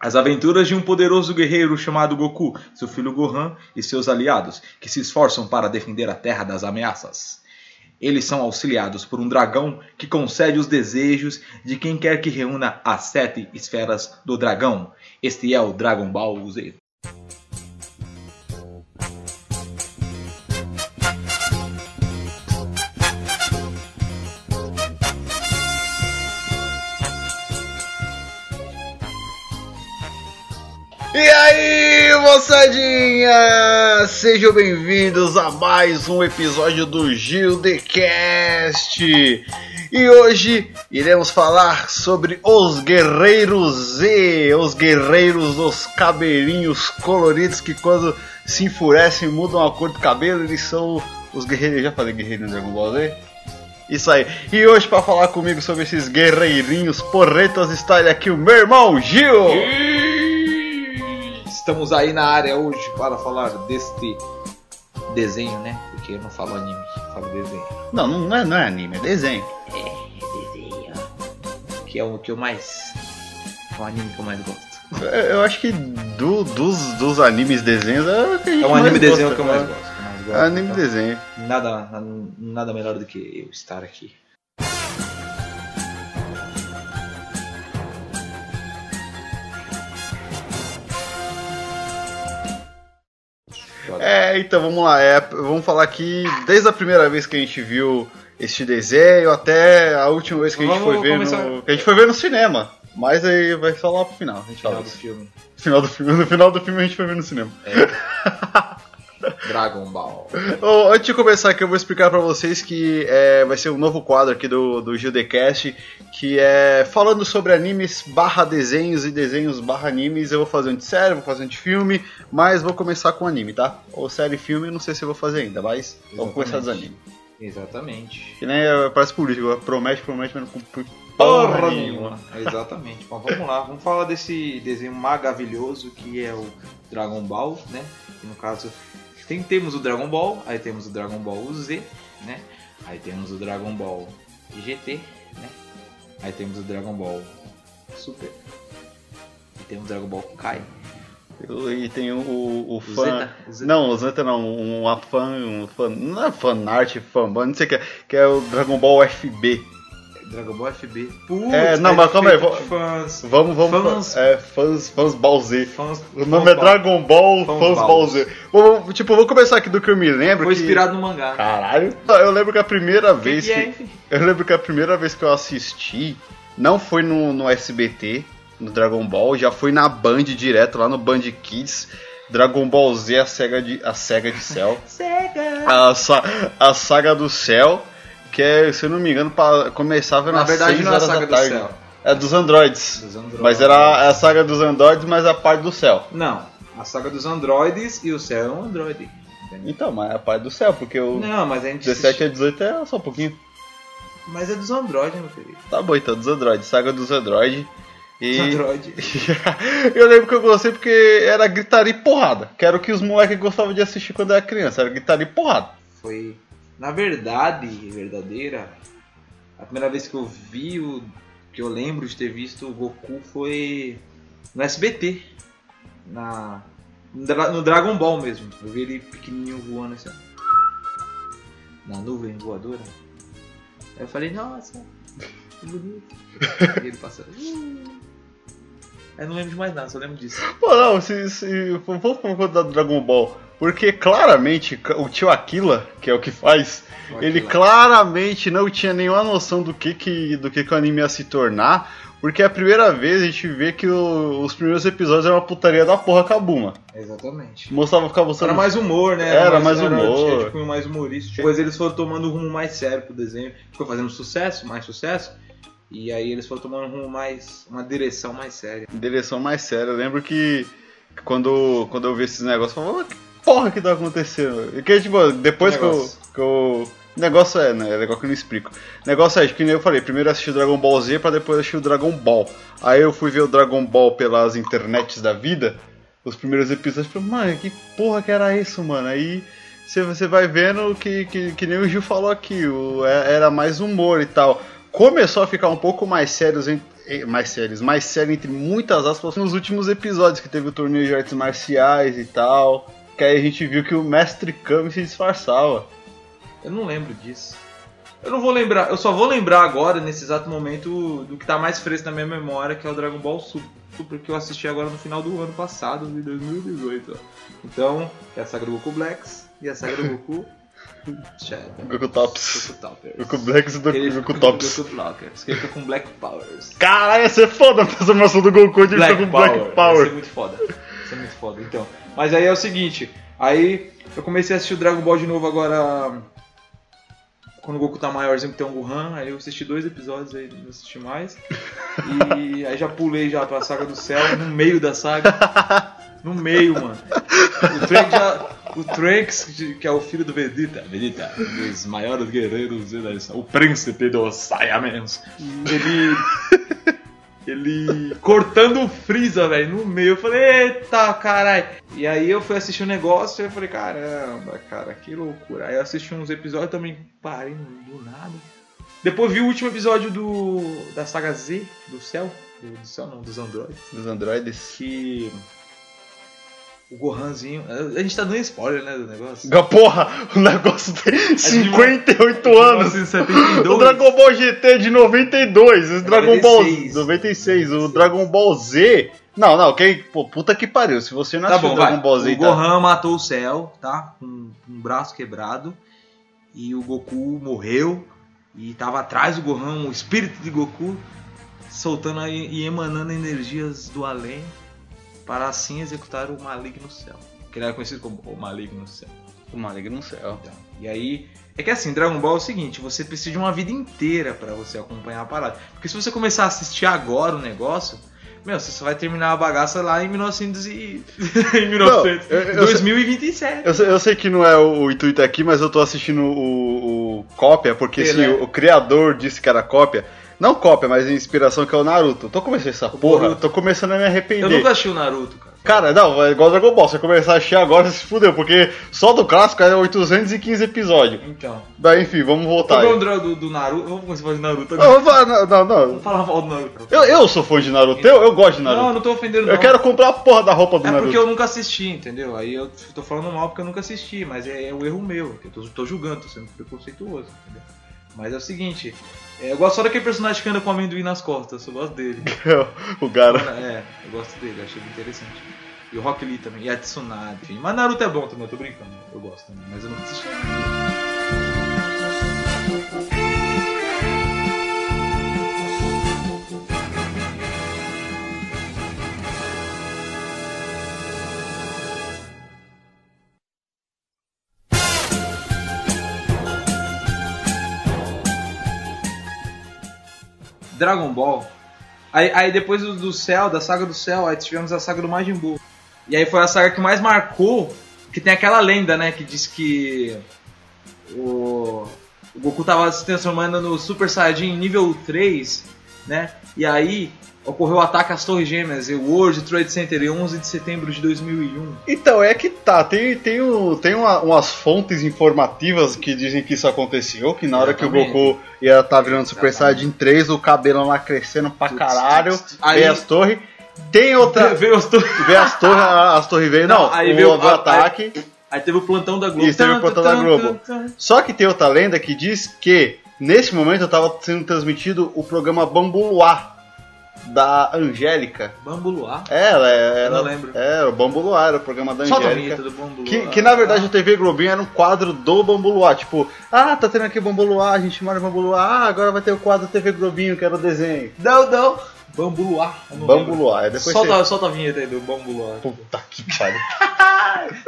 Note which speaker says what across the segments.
Speaker 1: As aventuras de um poderoso guerreiro chamado Goku, seu filho Gohan e seus aliados, que se esforçam para defender a Terra das ameaças. Eles são auxiliados por um dragão que concede os desejos de quem quer que reúna as sete esferas do dragão. Este é o Dragon Ball Z.
Speaker 2: E aí, moçadinha! Sejam bem-vindos a mais um episódio do Gildecast. E hoje iremos falar sobre os guerreiros Z, os guerreiros dos cabelinhos coloridos que quando se enfurecem e mudam a cor do cabelo, eles são os guerreiros. Já falei guerreiro no Dragon Ball Z? Isso aí. E hoje para falar comigo sobre esses guerreirinhos porretas está ele aqui o meu irmão Gil.
Speaker 1: Estamos aí na área hoje para falar deste desenho, né? Porque eu não falo anime, falo desenho.
Speaker 2: Não, não é, não é anime, é desenho.
Speaker 1: Que é o que eu mais. É o anime que eu mais gosto.
Speaker 2: Eu- Eu acho que do- dos, dos animes desenhos é o que a gente
Speaker 1: É um
Speaker 2: mais
Speaker 1: anime
Speaker 2: gosta,
Speaker 1: desenho que eu
Speaker 2: né?
Speaker 1: mais gosto. que eu mais gosto.
Speaker 2: Anime
Speaker 1: Então,
Speaker 2: desenho.
Speaker 1: Nada, nada melhor do que eu estar aqui.
Speaker 2: É, então vamos lá. é, vamos falar aqui desde a primeira vez que a gente viu este desenho até a última vez que a gente
Speaker 1: Vamos
Speaker 2: foi ver no.
Speaker 1: começar-
Speaker 2: Que a gente foi ver no cinema. Mas aí vai só lá pro final. A gente
Speaker 1: Final
Speaker 2: fala
Speaker 1: do
Speaker 2: isso.
Speaker 1: filme.
Speaker 2: Final do filme. No final do filme a gente foi ver no cinema.
Speaker 1: Dragon Ball.
Speaker 2: Ô, antes de começar aqui, eu vou explicar pra vocês que é, vai ser um novo quadro aqui do, do Gildecast, que é falando sobre animes barra desenhos e desenhos barra animes. Eu vou fazer um de série, vou fazer um de filme, mas vou começar com anime, tá? Ou série e filme, não sei se eu vou fazer ainda, mas vou
Speaker 1: Exatamente.
Speaker 2: começar dos animes.
Speaker 1: Exatamente.
Speaker 2: Que nem é, parece político, promete, promete, mas não cumpre
Speaker 1: Exatamente. Bom, vamos lá. Vamos falar desse desenho maravilhoso que é o Dragon Ball, né? Que no caso, tem, temos o Dragon Ball, aí temos o Dragon Ball Z, né? Aí temos o Dragon Ball GT, né? Aí temos o Dragon Ball Super. E temos o Dragon Ball Kai.
Speaker 2: E tem o, o, o
Speaker 1: O
Speaker 2: fã...
Speaker 1: Zeta. o Zeta.
Speaker 2: Não, o Zeta não, uma fã, um fã, não é fanart, fanband, não sei o que, é, que é o Dragon Ball FB.
Speaker 1: Dragon Ball FB. Putz,
Speaker 2: É, não, mas calma aí,
Speaker 1: feito
Speaker 2: vou-
Speaker 1: de Fãs.
Speaker 2: Vamos, vamos.
Speaker 1: Fãs-
Speaker 2: É, fãs, fãs Ball Z.
Speaker 1: fãs
Speaker 2: O nome é Dragon Ball
Speaker 1: Fãs
Speaker 2: Fãs
Speaker 1: Ball.
Speaker 2: Ball Z. Vou- vou- tipo, vou começar aqui do que eu me lembro.
Speaker 1: Foi
Speaker 2: que-
Speaker 1: inspirado no mangá.
Speaker 2: Caralho. Eu lembro que a primeira
Speaker 1: Que
Speaker 2: vez
Speaker 1: que é,
Speaker 2: que.
Speaker 1: enfim?
Speaker 2: Eu lembro que a primeira vez que eu assisti não foi no, no SBT, no Dragon Ball, já foi na Band direto, lá no Band Kids. Dragon Ball Z, a SEGA de, a SEGA de Cell.
Speaker 1: Cega!
Speaker 2: a, sa- a saga do céu. Que é, se eu não me engano, pra, começava
Speaker 1: Na
Speaker 2: nas
Speaker 1: verdade,
Speaker 2: seis
Speaker 1: não é a
Speaker 2: horas
Speaker 1: saga
Speaker 2: da
Speaker 1: do
Speaker 2: tarde.
Speaker 1: céu.
Speaker 2: É dos androides.
Speaker 1: Dos androides.
Speaker 2: Mas era a saga dos androides, mas a parte do céu.
Speaker 1: Não, a saga dos androides e o céu é um androide. entendeu?
Speaker 2: Então, mas é a parte do céu, porque o
Speaker 1: Não, mas a gente.
Speaker 2: 17 a 18 é só um pouquinho.
Speaker 1: Mas é dos androides, meu querido.
Speaker 2: Tá bom, então, dos androides. Saga dos androides.
Speaker 1: Dos
Speaker 2: E
Speaker 1: androides.
Speaker 2: eu lembro que eu gostei porque era gritaria e porrada. Que era o que os moleques gostavam de assistir quando era criança. Era gritaria e porrada.
Speaker 1: Foi. Na verdade, verdadeira, a primeira vez que eu vi o. que eu lembro de ter visto o Goku foi. no SBT. Na. No, Dra- no Dragon Ball mesmo. Eu vi ele pequenininho voando assim. ó. Na nuvem voadora. Aí eu falei, nossa, que bonito. e ele passando. "Uh". Aí eu não lembro de mais nada, só lembro disso.
Speaker 2: Pô, não, se, se, vamos contar do Dragon Ball. Porque claramente o tio Aquila, que é o que faz, Ele claramente não tinha nenhuma noção do que, que, do que, que o anime ia se tornar, porque é a primeira vez a gente vê que o- os primeiros episódios eram uma putaria da porra com a Buma.
Speaker 1: Exatamente.
Speaker 2: Mostrava ficar mostrando.
Speaker 1: Era mais humor, né?
Speaker 2: Era mais humor.
Speaker 1: Era, tipo, mais humorístico. Depois eles foram tomando um rumo mais sério pro desenho. Ficou fazendo sucesso, mais sucesso. E aí eles foram tomando um rumo mais. uma direção mais séria.
Speaker 2: Direção mais séria. Eu lembro que quando, quando eu vi esses negócios, eu falava, "Mas que porra que tá acontecendo? E que, tipo, depois
Speaker 1: Que
Speaker 2: que, eu,
Speaker 1: negócio?
Speaker 2: que eu. O negócio é, né? É legal que eu não explico. O negócio é, tipo, que nem eu falei, primeiro eu assisti o Dragon Ball Z pra depois assistir o Dragon Ball. Aí eu fui ver o Dragon Ball pelas internets da vida, os primeiros episódios, eu falei, mano, que porra que era isso, mano? Aí você, você vai vendo que, que, que nem o Gil falou aqui, o, é- era mais humor e tal. Começou a ficar um pouco mais sérios em- eh, mais sérias, mais sério entre muitas aspas, nos últimos episódios que teve o torneio de artes marciais e tal. Que aí a gente viu que o mestre Kami se disfarçava.
Speaker 1: Eu não lembro disso. Eu não vou lembrar, eu só vou lembrar agora, nesse exato momento, do que tá mais fresco na minha memória, que é o Dragon Ball Super, que eu assisti agora no final do ano passado, de 2018. ó. Então, é a saga do Goku Blacks e a saga do Goku Shadow.
Speaker 2: Goku Tops.
Speaker 1: Goku Toppers.
Speaker 2: Goku Blacks e
Speaker 1: Ele
Speaker 2: do-
Speaker 1: fica
Speaker 2: Goku
Speaker 1: com-
Speaker 2: Tops.
Speaker 1: Goku Blockers, que ele fica com Black Powers.
Speaker 2: Caralho, ia ser foda a transformação do Goku de Black com Black
Speaker 1: Isso é
Speaker 2: Power.
Speaker 1: muito foda. Isso é muito foda. Então, mas aí é o seguinte, aí eu comecei a assistir o Dragon Ball de novo agora quando o Goku tá maiorzinho que tem um Gohan, aí eu assisti dois episódios aí não assisti mais. E aí já pulei já pra saga do céu, no meio da saga. No meio, mano. O Trunks, já- o Trunks, de- que é o filho do Vegeta, Vegeta, um dos maiores guerreiros, da história, o príncipe dos Saiyamans. Ele ele cortando o Freeza, velho, no meio. Eu falei, eita, caralho. E aí eu fui assistir um negócio e eu falei, caramba, cara, que loucura. Aí eu assisti uns episódios também, parei do nada. Depois vi o último episódio do da saga Z, do céu, do, do céu não, dos androides,
Speaker 2: Dos androides.
Speaker 1: que o Gohanzinho, a gente tá dando spoiler, né, do negócio.
Speaker 2: Ga- Porra, o negócio tem 58 anos.
Speaker 1: Nossa, em
Speaker 2: O
Speaker 1: 72.
Speaker 2: Dragon Ball GT de 92, o Dragon Ball
Speaker 1: 96.
Speaker 2: 96, o Dragon Ball Z. Não, não, quem, pô, puta que pariu. Se você não
Speaker 1: Tá
Speaker 2: assistiu
Speaker 1: bom, vai.
Speaker 2: Dragon Ball Z,
Speaker 1: o
Speaker 2: tá-
Speaker 1: Gohan matou o Cell, tá? Com com um braço quebrado. E o Goku morreu. E tava atrás do Gohan, o espírito de Goku, soltando aí e emanando energias do além para assim executar o maligno Cell. Que ele era conhecido como o maligno Cell.
Speaker 2: o maligno no céu.
Speaker 1: Então, e aí. É que assim, Dragon Ball é o seguinte, você precisa de uma vida inteira pra você acompanhar a parada. Porque se você começar a assistir agora o negócio, meu, você só vai terminar a bagaça lá em 1900 e... em 1900,
Speaker 2: eu- eu-
Speaker 1: 2027.
Speaker 2: Eu, sei- eu sei que não é o, o intuito aqui, mas eu tô assistindo o, o cópia, porque
Speaker 1: Ele
Speaker 2: se
Speaker 1: é.
Speaker 2: o, o criador disse que era cópia, não cópia, mas a inspiração que é o Naruto. Tô começando essa porra,
Speaker 1: Boruto.
Speaker 2: tô começando a me
Speaker 1: Eu,
Speaker 2: arrepender.
Speaker 1: nunca achei o Naruto, cara.
Speaker 2: Cara, não, é igual Dragon Ball, se eu começar a assistir agora, você se fudeu, porque só do clássico é 815 episódios.
Speaker 1: Então.
Speaker 2: Daí, enfim, vamos
Speaker 1: O
Speaker 2: voltar. Tá aí.
Speaker 1: problema do, do Naruto. Vamos começar a falar de Naruto agora.
Speaker 2: Não, não, não, não.
Speaker 1: Vamos falar mal do Naruto.
Speaker 2: Eu, eu sou fã de Naruto, eu, eu gosto de
Speaker 1: Não, eu
Speaker 2: Naruto.
Speaker 1: não tô ofendendo não.
Speaker 2: eu quero comprar a porra da roupa do
Speaker 1: É
Speaker 2: Naruto.
Speaker 1: porque eu nunca assisti, entendeu? Aí eu tô falando mal porque eu nunca assisti, mas é, é um erro meu. que Eu tô, tô julgando, tô sendo preconceituoso, entendeu? Mas é o seguinte, é, eu gosto só daquele personagem que anda com amendoim nas costas, eu gosto dele.
Speaker 2: o cara.
Speaker 1: é, eu gosto dele, achei ele interessante. E o Rock Lee também, e a Tsunade, enfim. Mas Naruto é bom também, eu tô brincando, eu gosto também, mas eu não assisti. Dragon Ball. Aí, aí depois do, do Cell, da saga do Cell, aí tivemos a saga do Majin Buu. E aí foi a saga que mais marcou, que tem aquela lenda, né, que diz que o, o Goku tava se transformando no Super Saiyajin nível 3, né, e aí ocorreu o ataque às Torres Gêmeas, e o World Trade Center, em 11 de setembro de 2001.
Speaker 2: Então, é que tá. Tem, tem, um, tem uma- umas fontes informativas que dizem que isso aconteceu, que na hora que o
Speaker 1: Exatamente.
Speaker 2: Goku ia tá virando Super
Speaker 1: Exatamente.
Speaker 2: Saiyajin 3, o cabelo lá crescendo pra caralho,
Speaker 1: Aí-
Speaker 2: veio as torres. Tem outra...
Speaker 1: Veio as torres-
Speaker 2: veio as torres, a- as torres veio... Não,
Speaker 1: Não, aí
Speaker 2: o,
Speaker 1: veio-
Speaker 2: do
Speaker 1: a-
Speaker 2: ataque.
Speaker 1: Aí teve o plantão da Globo.
Speaker 2: Isso, teve o plantão da
Speaker 1: Tan, tan,
Speaker 2: Globo.
Speaker 1: tan, tan.
Speaker 2: Só que tem outra lenda que diz que nesse momento tava sendo transmitido o programa Bambuluá da Angélica.
Speaker 1: Bambu Luar,
Speaker 2: É, Ela
Speaker 1: eu não
Speaker 2: era,
Speaker 1: lembro.
Speaker 2: era o Bambuluá, era o programa da
Speaker 1: Só da
Speaker 2: Angélica.
Speaker 1: vinheta do Bambu
Speaker 2: Que,
Speaker 1: Luar.
Speaker 2: que na verdade o TV Globinho era um quadro do Bambuluá, tipo, ah, tá tendo aqui o Bambuluá, a gente mora em Bambuluá, ah, agora vai ter o quadro TV Globinho, que era o desenho.
Speaker 1: Não, não. Bambu Luar. eu não lembro.
Speaker 2: Bambuluá, é depois
Speaker 1: Solta, solta a vinheta aí do Bambu Luar.
Speaker 2: você... Puta que pariu.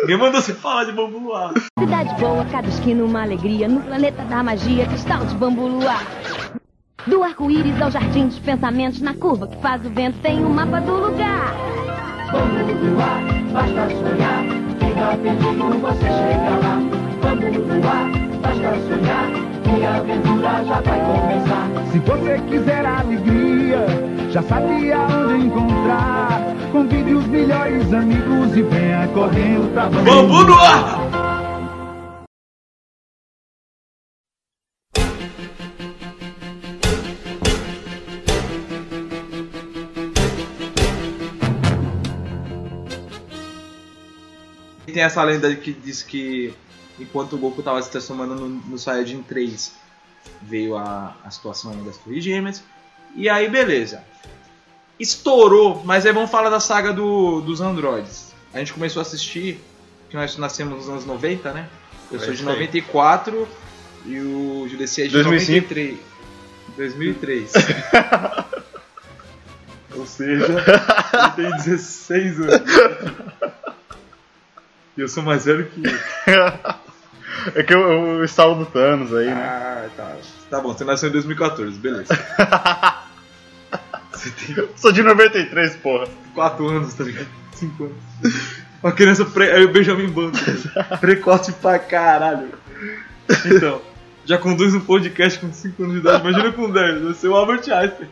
Speaker 1: Ninguém mandou você falar de Bambu Luar.
Speaker 3: Cidade boa, cada esquina uma alegria. No planeta da magia, cristal de bambu luar. Do arco-íris ao jardim dos pensamentos, na curva que faz o vento, tem o mapa do lugar.
Speaker 4: Se você quiser alegria, já sabia onde encontrar. Convide os melhores amigos e venha correndo pra Bambu.
Speaker 1: Bambu Luar! tem essa lenda que diz que enquanto o Goku tava se transformando no, no Saiyajin 3, veio a, a situação das Torres Gêmeas. E aí, beleza. Estourou, mas aí vamos falar da saga do, dos androides. A gente começou a assistir, que nós nascemos nos anos 90, né? Eu
Speaker 2: É
Speaker 1: sou de
Speaker 2: isso aí.
Speaker 1: 94 e o Judeci é de
Speaker 2: 2005.
Speaker 1: 93. 2003. Ou seja, ele tem 16 anos. E eu sou mais velho que ele.
Speaker 2: É que eu, eu estalo do Thanos aí, né?
Speaker 1: Ah, tá. Tá bom, você nasceu em 2014, beleza. Você tem
Speaker 2: Eu Sou de 93, porra.
Speaker 1: 4 anos, tá ligado? 5 anos. Uma criança pre... é o Benjamin Button. Precoce pra caralho. Então, já conduz um podcast com 5 anos de idade, imagina com 10, vai ser o Albert Einstein.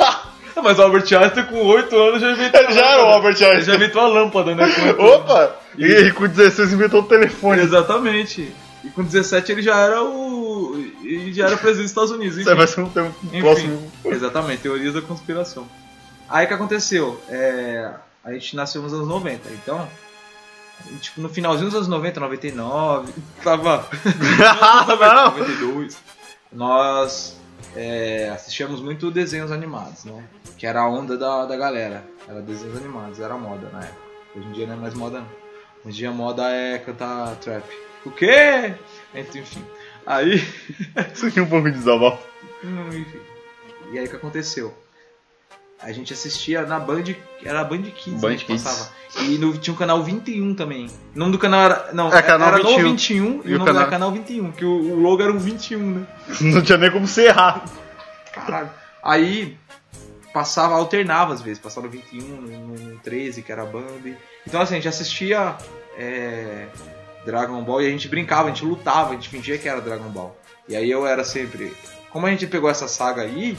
Speaker 1: Ah, Mas o Albert Einstein com 8 anos já inventou. a
Speaker 2: Já era o
Speaker 1: lâmpada.
Speaker 2: Albert Einstein.
Speaker 1: Já inventou a lâmpada, né? com oito anos.
Speaker 2: Opa! E, e com 16 inventou o telefone.
Speaker 1: Exatamente. E com 17 ele já era o. Ele já era presidente dos Estados Unidos.
Speaker 2: Isso aí vai ser um tempo
Speaker 1: Enfim,
Speaker 2: próximo.
Speaker 1: exatamente, teorias da conspiração. Aí o que aconteceu? É, a gente nasceu nos anos 90, então. Tipo, no finalzinho dos anos 90, 99, tava.
Speaker 2: Não.
Speaker 1: 92. Nós é, assistíamos muito desenhos animados, né? Que era a onda da, da galera. Era desenhos animados, era moda na época. Hoje em dia não é mais moda não. Hoje em dia moda é cantar trap. O quê? Enfim. Aí.
Speaker 2: Isso aqui é um pouco de desabafo.
Speaker 1: Hum, enfim. E aí o que aconteceu? A gente assistia na Band. Era a Band Kids
Speaker 2: Band
Speaker 1: né, que
Speaker 2: Kids.
Speaker 1: passava. E no, tinha o canal 21 também. O nome do canal era. Não,
Speaker 2: É, canal
Speaker 1: era
Speaker 2: 21.
Speaker 1: no 21 e,
Speaker 2: E o
Speaker 1: o nome
Speaker 2: canal-
Speaker 1: era canal 21, que o, o logo era um 21, né?
Speaker 2: Não tinha nem como ser errar.
Speaker 1: Caralho. Aí passava, alternava às vezes, passava no 21, no, no- no 13, que era a Band. Então assim, a gente assistia é, Dragon Ball e a gente brincava, a gente lutava, a gente fingia que era Dragon Ball. E aí eu era sempre. Como a gente pegou essa saga aí,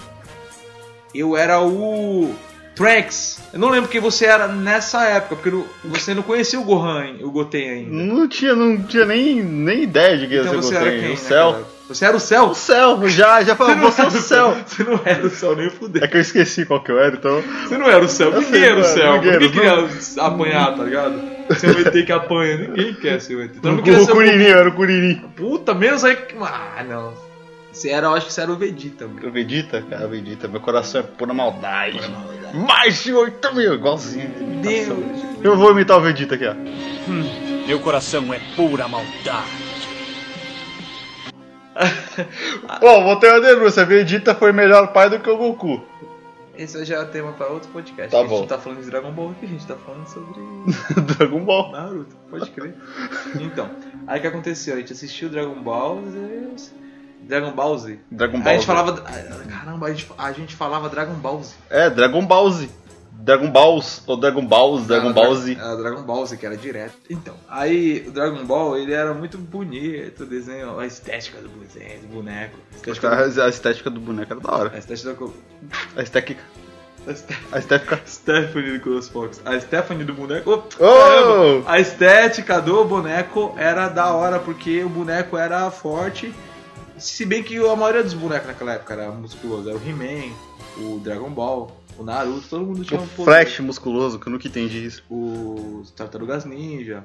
Speaker 1: eu era o. Trunks. Eu não lembro quem você era nessa época, porque não- você não conhecia o Gohan, o Goten ainda.
Speaker 2: Não tinha, não tinha nem, nem ideia de que ia
Speaker 1: Então
Speaker 2: ser
Speaker 1: você
Speaker 2: você.
Speaker 1: era quem?
Speaker 2: o
Speaker 1: né,
Speaker 2: céu.
Speaker 1: cara? Você era o céu?
Speaker 2: O céu, já, já falou, você é o céu.
Speaker 1: Você não era o céu, nem fudeu.
Speaker 2: É que eu esqueci qual que eu era, então.
Speaker 1: Você não era o céu,
Speaker 2: Eu
Speaker 1: ninguém
Speaker 2: sei,
Speaker 1: era o
Speaker 2: mano,
Speaker 1: céu.
Speaker 2: ninguém
Speaker 1: Ninguém,
Speaker 2: era,
Speaker 1: queria apanhar, tá ligado? Ser um ET que apanha, ninguém quer ser um ET. Todo mundo queria
Speaker 2: o
Speaker 1: ser um...
Speaker 2: Curirim, eu era o Curirim.
Speaker 1: Puta, menos aí que. Ah, não. Você era, eu acho que você era o Vegeta, mano.
Speaker 2: O Vegeta, cara, o Vegeta, meu coração é pura maldade. Mais de 8 mil, igualzinho.
Speaker 1: Deus.
Speaker 2: Eu vou imitar o Vegeta aqui, ó.
Speaker 5: Meu coração é pura maldade.
Speaker 2: Ó, vou ter uma denúncia. Vegeta foi melhor pai do que o Goku.
Speaker 1: Esse já é tema pra outro podcast.
Speaker 2: Tá
Speaker 1: que A
Speaker 2: bom.
Speaker 1: gente tá falando de Dragon Ball aqui, a gente tá falando sobre
Speaker 2: Dragon Ball.
Speaker 1: Naruto, pode crer. Então, aí o que aconteceu? A gente assistiu Dragon Ball Z. Dragon Ball Z.
Speaker 2: Dragon
Speaker 1: A
Speaker 2: Ball.
Speaker 1: gente
Speaker 2: Z.
Speaker 1: falava. ah, Caramba, a gente, a gente falava Dragon Ball Z.
Speaker 2: É, Dragon Ball Z. Dragon Balls, ou Dragon Balls, Dragon
Speaker 1: Era
Speaker 2: Ball
Speaker 1: Dra-
Speaker 2: Z.
Speaker 1: Era É, Dragon Ball Z, que era direto. Então, aí o Dragon Ball, ele era muito bonito, o desenho, a estética do desenho, do boneco. A estética, do,
Speaker 2: A estética do boneco era da
Speaker 1: a
Speaker 2: hora.
Speaker 1: estética da co-
Speaker 2: A estética.
Speaker 1: a estética-
Speaker 2: A estética.
Speaker 1: Stephanie do Close Fox. A Stephanie do boneco. Ô,
Speaker 2: Oh!
Speaker 1: caramba! A estética do boneco era da hora, porque o boneco era forte. Se bem que a maioria dos bonecos naquela época era musculoso. Era o He-Man, o Dragon Ball, o Naruto, todo mundo tinha
Speaker 2: O
Speaker 1: um poder.
Speaker 2: Flash musculoso, que eu nunca entendi isso.
Speaker 1: os Tartarugas Ninja.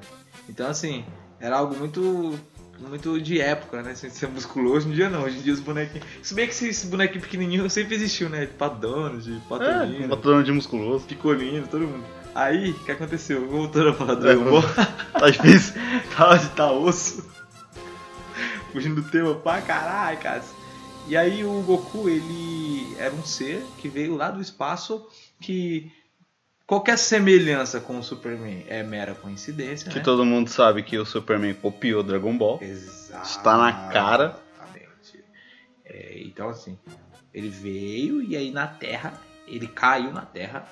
Speaker 1: Então, assim, era algo muito muito de época, né? Sem ser musculoso, hoje em dia não. Hoje em dia os bonequinhos. Se bem que esses bonequinhos pequenininhos sempre existiu, né? Padano, de
Speaker 2: É,
Speaker 1: Patolino,
Speaker 2: matando de musculoso.
Speaker 1: Picolino, todo mundo. Aí, o que aconteceu? Voltando a falar do Dragon Ball, Tá,
Speaker 2: Tá difícil.
Speaker 1: tava de taosso. Fugindo do tema pra caralho, cara. E aí o Goku, ele era um ser que veio lá do espaço que qualquer semelhança com o Superman é mera coincidência,
Speaker 2: Que
Speaker 1: né?
Speaker 2: todo mundo sabe que o Superman copiou Dragon Ball.
Speaker 1: Exato.
Speaker 2: Está na cara.
Speaker 1: Exatamente. É, então, assim, ele veio e aí na Terra, ele caiu na Terra.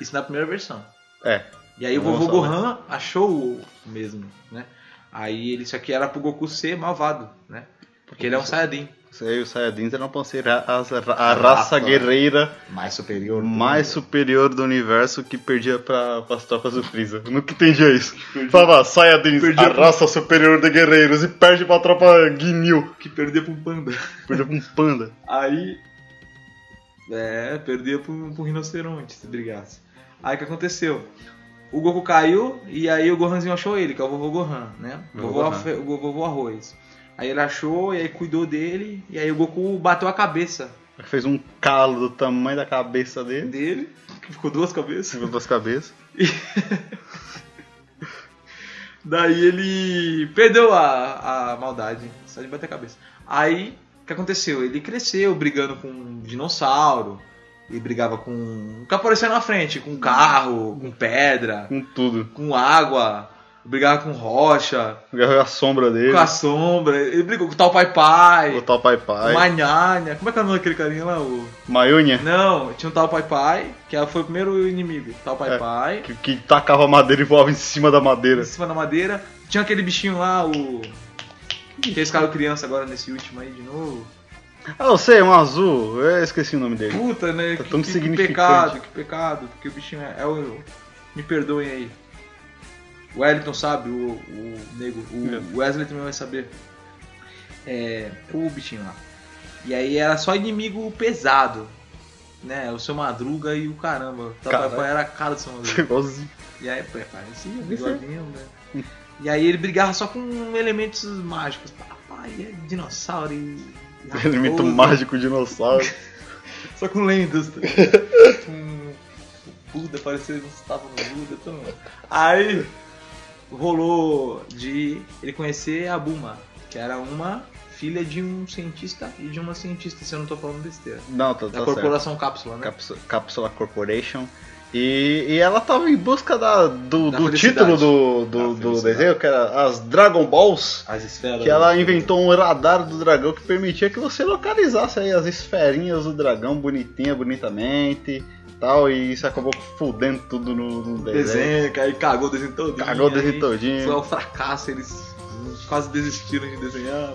Speaker 1: Isso na primeira versão.
Speaker 2: É.
Speaker 1: E aí o
Speaker 2: Vamos né?
Speaker 1: vovô
Speaker 2: falar.
Speaker 1: Gohan achou o mesmo, né? Aí ele, isso aqui era pro Goku ser malvado, né? Porque ele é um Saiyajin.
Speaker 2: Isso aí, os Saiyajins eram pra ser a, a- a raça
Speaker 1: né?
Speaker 2: guerreira
Speaker 1: Mais superior.
Speaker 2: mais superior do universo que perdia pra, pras tropas do Freeza. Eu nunca entendia isso. Fala, Saiyajins,
Speaker 1: Perdia
Speaker 2: a
Speaker 1: pro-
Speaker 2: raça superior de guerreiros e perde pra tropa Guinil.
Speaker 1: Que perder pra um panda.
Speaker 2: Perdeu pra um panda.
Speaker 1: Aí. É, perdia pro, pro rinoceronte se brigasse. Aí o que aconteceu? o Goku caiu e aí o Gohanzinho achou ele, que é o vovô Gohan, né?
Speaker 6: Vovô
Speaker 1: Vovô,
Speaker 6: Gohan.
Speaker 1: Afe- o vo- vovô Arroz. Aí ele achou e aí cuidou dele e aí o Goku bateu a cabeça
Speaker 2: Fez um calo do tamanho da cabeça dele.
Speaker 1: dele, que ficou duas cabeças.
Speaker 2: Ficou duas cabeças.
Speaker 1: Daí ele perdeu a, a maldade, só de bater a cabeça. Aí, o que aconteceu? Ele cresceu brigando com um dinossauro, e brigava com o que apareceu na frente, com um carro, com pedra,
Speaker 2: Com tudo.
Speaker 1: com água, brigava com rocha,
Speaker 2: Agarrou a sombra dele.
Speaker 1: com a sombra, ele brigou com o tal Pai Pai,
Speaker 2: O tal Pai
Speaker 1: com o
Speaker 2: Pai.
Speaker 1: Manhanha, como é que é o nome daquele carinha lá? O...
Speaker 2: Mayunha.
Speaker 1: Não, tinha um tal Pai Pai, que foi o primeiro inimigo, tal Pai
Speaker 2: É.
Speaker 1: Pai,
Speaker 2: Que, que tacava a madeira e voava em cima da madeira.
Speaker 1: em cima da madeira, tinha aquele bichinho lá, o... Que eles ficaram criança agora nesse último aí de novo.
Speaker 2: Ah, eu sei, um azul. Eu esqueci o nome dele.
Speaker 1: Puta, né?
Speaker 2: Tá
Speaker 1: que,
Speaker 2: tão
Speaker 1: que- que
Speaker 2: significante.
Speaker 1: pecado, que pecado, porque o bichinho é, é o. Me perdoem aí. O Wellington sabe, o, o nego, o Wesley também vai saber. É, o bichinho lá. E aí era só inimigo pesado. Né? O seu Madruga e o caramba. O
Speaker 2: Caralho.
Speaker 1: Papai era a cara do seu Madruga.
Speaker 2: Igualzinho.
Speaker 1: E aí, pô, parecia um bigodinho, né? E aí ele brigava só com elementos mágicos. Papai, é dinossauro e.
Speaker 2: Elemento
Speaker 1: raposa.
Speaker 2: um mágico dinossauro.
Speaker 1: Só com lendas. Tá? Hum, o Buda, parecia que estava no Buda. Então... Aí rolou de ele conhecer a Buma, que era uma filha de um cientista e de uma cientista, se eu não tô falando besteira.
Speaker 2: Não, tá,
Speaker 1: Da
Speaker 2: tá certo.
Speaker 1: corporação Cápsula, né?
Speaker 2: Capsu- Capsula Corporation. E, e ela tava em busca da, do,
Speaker 1: Da
Speaker 2: do
Speaker 1: felicidade.
Speaker 2: título do, do,
Speaker 1: Da
Speaker 2: do
Speaker 1: felicidade.
Speaker 2: desenho, que era as Dragon Balls.
Speaker 1: As esferas.
Speaker 2: Que ela inventou um radar do dragão que permitia que você localizasse aí as esferinhas do dragão bonitinha, bonitamente tal. E isso acabou fudendo tudo no, no
Speaker 1: o
Speaker 2: desenho.
Speaker 1: desenho, que aí cagou o desenho todo.
Speaker 2: Cagou o desenho todinho.
Speaker 1: Foi um fracasso, eles quase desistiram de desenhar.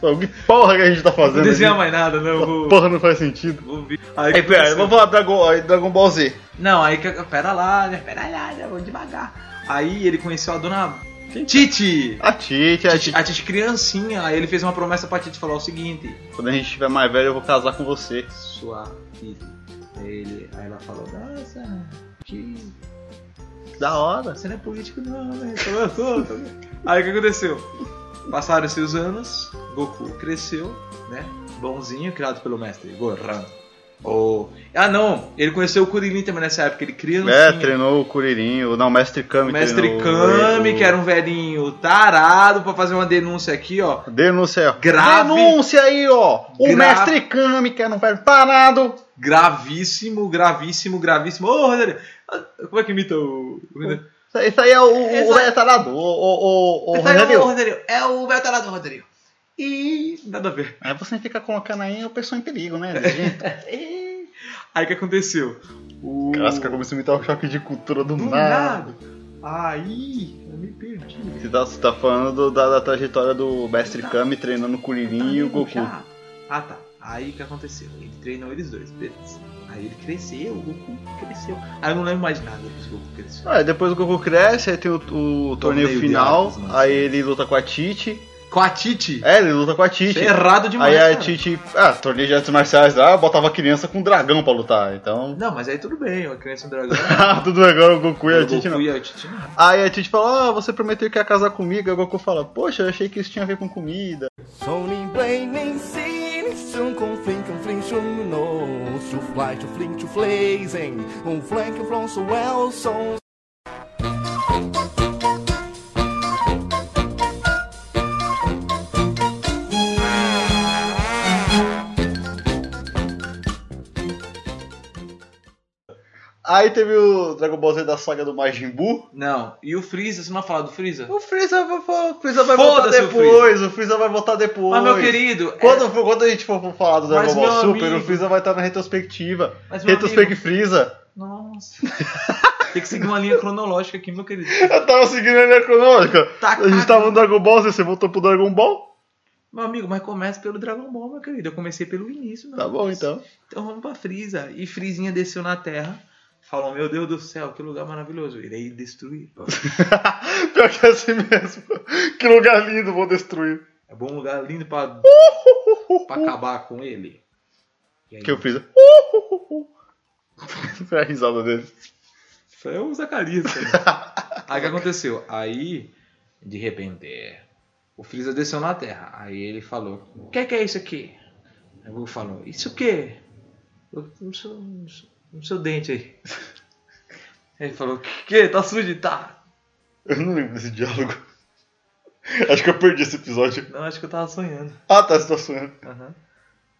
Speaker 2: Pô, Que porra que a gente tá
Speaker 1: Não
Speaker 2: fazendo?
Speaker 1: desenhar
Speaker 2: aqui?
Speaker 1: mais nada, não. eu Vou,
Speaker 2: Porra, não faz sentido.
Speaker 1: vou ver.
Speaker 2: é Aí, assim, pera, vamos falar Dragon, aí, Dragon Ball Z.
Speaker 1: Não, aí que. Pera lá, né? Pera lá, né? vou devagar. Aí ele conheceu a dona
Speaker 2: é?
Speaker 1: Titi.
Speaker 2: A Tite, a Tite.
Speaker 1: A Titi criancinha. Aí ele fez uma promessa pra Titi falou o seguinte:
Speaker 2: Quando a gente estiver mais velho, eu vou casar com você.
Speaker 1: Sua filha. Aí, ele, aí ela falou: Nossa, que
Speaker 2: Da hora.
Speaker 1: você não é político, não, né? Falou, "Sou, sou". aí o que aconteceu? Passaram-se os anos, Goku cresceu, né? Bonzinho, criado pelo mestre Gohan. Oh. Ah, não, ele conheceu o Kuririn também nessa época, ele criancinha.
Speaker 2: É, treinou o Kuririnho, não, o Mestre Kami.
Speaker 1: O mestre
Speaker 2: treinou
Speaker 1: Kami,
Speaker 2: o-
Speaker 1: que era um velhinho tarado, pra fazer uma denúncia aqui, ó.
Speaker 2: um Denúncia.
Speaker 1: Grave.
Speaker 2: Denúncia aí, ó. O
Speaker 1: Grave.
Speaker 2: Mestre Kami, que era um velho parado.
Speaker 1: Gravíssimo, gravíssimo, gravíssimo. Ô, Rogério, como é que imita o. o-
Speaker 2: Isso- Isso aí é o, o,
Speaker 1: Exato.
Speaker 2: o velho tarado, o, o, o, o
Speaker 1: Tá aí,
Speaker 2: Rogério.
Speaker 1: ô, Rogério, é o velho tarado, Rogério. E. Nada a ver.
Speaker 2: Aí você fica colocando aí o pessoal em perigo, né? gente?
Speaker 1: É. Aí o que aconteceu? O.
Speaker 2: Clássica começou a imitar o um choque de cultura do,
Speaker 1: do
Speaker 2: nada.
Speaker 1: nada. Aí, eu me perdi.
Speaker 2: Você tá, você tá falando do- da, da trajetória do Mestre Kami treinando o Kuririn e o
Speaker 1: Tá,
Speaker 2: Goku.
Speaker 1: já. Ah tá. Aí o que aconteceu? Ele treinou eles dois, beleza. Aí ele cresceu, o Goku cresceu. Aí eu não lembro mais de nada depois que o Goku cresceu.
Speaker 2: Ah, depois o Goku cresce, aí tem o, o torneio
Speaker 1: de
Speaker 2: final,
Speaker 1: artes, né?
Speaker 2: aí ele luta com a Titi.
Speaker 1: Com a Titi?
Speaker 2: É, ele luta com a Titi.
Speaker 1: Isso é errado demais.
Speaker 2: aí a
Speaker 1: cara.
Speaker 2: Titi, ah, torneio de artes marciais lá, botava a criança com um dragão pra lutar, então.
Speaker 1: Não, mas aí tudo bem, uma criança e um dragão.
Speaker 2: Ah, Tudo agora o Goku e a
Speaker 1: O Goku
Speaker 2: Titi não.
Speaker 1: e a Titi não.
Speaker 2: Aí a Titi fala, ah, você prometeu que ia casar comigo, aí o Goku fala, poxa, eu achei que isso tinha a ver com comida.
Speaker 7: 从你背你心，胸空 flinking fling 胸 no，就 fly 就 fling 就 flazing，um flank from so well so。
Speaker 2: Aí teve o Dragon Ball Z da saga do Majin Buu.
Speaker 1: Não, e o Freeza, você não vai falar do Freeza?
Speaker 2: O Freeza, vai- o Freeza vai voltar
Speaker 1: Foda-se o
Speaker 2: depois, o Freeza vai voltar depois.
Speaker 1: Mas meu querido, é-
Speaker 2: Quando, for- quando a gente for falar do Dragon
Speaker 1: Mas
Speaker 2: Ball
Speaker 1: meu
Speaker 2: Super,
Speaker 1: amigo.
Speaker 2: o Freeza vai estar na retrospectiva.
Speaker 1: Mas meu
Speaker 2: Retrospect Freeza.
Speaker 1: Nossa. Tem que seguir uma linha cronológica aqui, meu querido.
Speaker 2: Eu tava seguindo a linha cronônica.
Speaker 1: Tá
Speaker 2: a gente
Speaker 1: cagado.
Speaker 2: tava no Dragon Ball Z, você voltou pro Dragon Ball?
Speaker 1: Meu amigo, mas começa pelo Dragon Ball, meu querido. Eu comecei pelo início, meu
Speaker 2: Tá bom
Speaker 1: Deus.
Speaker 2: então.
Speaker 1: Então vamos pra Freeza. E Freezinha desceu na Terra. Falou, meu Deus do céu, que lugar maravilhoso. Irei destruir.
Speaker 2: Pior que é assim mesmo. Que lugar lindo, vou destruir.
Speaker 1: É bom lugar lindo pra, pra acabar com ele. E aí,
Speaker 2: Uh, Que eu fiz. Foi a risada dele.
Speaker 1: Isso é o Zacarias. cara. Aí o que aconteceu? Aí, de repente, é, o Freeza desceu na terra. Aí ele falou: O que é, que é isso aqui? Aí o Goku falou: Isso o quê? Eu, No seu, no seu- no seu dente aí. Aí ele falou: Que? Tá sujo? Tá.
Speaker 2: Eu não lembro desse diálogo. Acho que eu perdi esse episódio.
Speaker 1: Não, acho que eu tava sonhando.
Speaker 2: Ah, tá, você tá sonhando.
Speaker 1: Aham.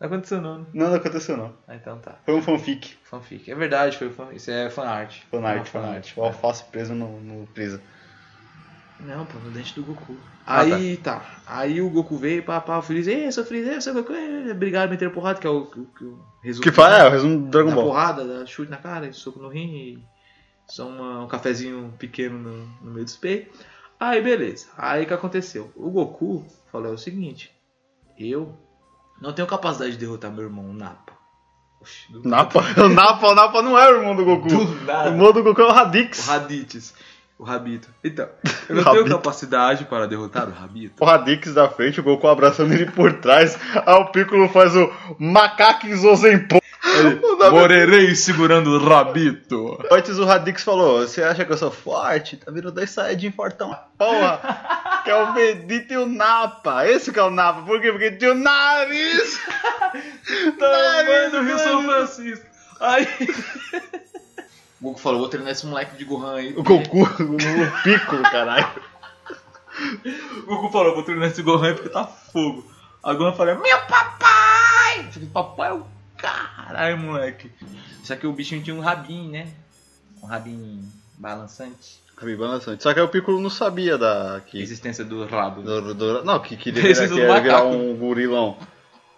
Speaker 1: Não aconteceu, não. né?
Speaker 2: Não, não aconteceu não.
Speaker 1: Ah, então tá.
Speaker 2: Foi um fanfic.
Speaker 1: Fanfic. É verdade, foi fan... isso é fanart.
Speaker 2: Fanart,
Speaker 1: Ah,
Speaker 2: fanart. O alface preso no, no presa.
Speaker 1: Não, pô, no dente do Goku.
Speaker 2: Ah,
Speaker 1: aí tá. Aí o Goku veio, pá, pá, o Freeza, ei, seu Freeza, ei, seu Goku, ei, brigaram, meteram porrada, que é o, que, o- que o resumo.
Speaker 2: Que fala, é, o resumo do Dragon
Speaker 1: Na
Speaker 2: Ball.
Speaker 1: porrada, dá chute na cara, soco no rim, e só uma- um cafezinho pequeno no, no meio do peito. Aí beleza. Aí o que aconteceu? O Goku falou "É o seguinte: Eu não tenho capacidade de derrotar meu irmão, o Napa. Oxi, do-
Speaker 2: Napa? O Napa, o Napa não é o irmão do Goku.
Speaker 1: Do nada.
Speaker 2: O irmão do Goku é o
Speaker 1: O
Speaker 2: Radix.
Speaker 1: Raditz. O Rabito. Então, eu
Speaker 2: O
Speaker 1: não tenho
Speaker 2: Rabito.
Speaker 1: capacidade para derrotar o Rabito.
Speaker 2: O Radix da frente, o Goku abraçando ele por trás. Aí o Piccolo faz o macaco Zozenpo.
Speaker 1: Morerei segurando o Rabito.
Speaker 2: Antes o Radix falou: Você acha que eu sou forte? Tá virando dois saiyajin fortão.
Speaker 1: Tá
Speaker 2: Porra! Que é o Vegeta e o Napa. Esse que é o Napa. Por quê? Porque tinha o nariz.
Speaker 1: Tamanho do Tá Rio
Speaker 2: Nariz,
Speaker 1: São
Speaker 2: nariz.
Speaker 1: Francisco. Aí. O Goku falou: vou treinar esse moleque de Gohan aí.
Speaker 2: O Goku, o Piccolo, caralho.
Speaker 1: O Goku falou: vou treinar esse Gohan aí porque tá fogo. A Gohan falou: "É meu papai! Eu falei, papai é o caralho, moleque. Só que o bichinho tinha um rabinho, né? Um rabinho balançante.
Speaker 2: Foi bastante. Só que aí o Piccolo não sabia da.
Speaker 1: A
Speaker 2: Que...
Speaker 1: existência do rabo.
Speaker 2: Do- do- não, que queria
Speaker 1: Esse é
Speaker 2: virar,
Speaker 1: do
Speaker 2: que era virar
Speaker 1: macaco.
Speaker 2: um gorilão.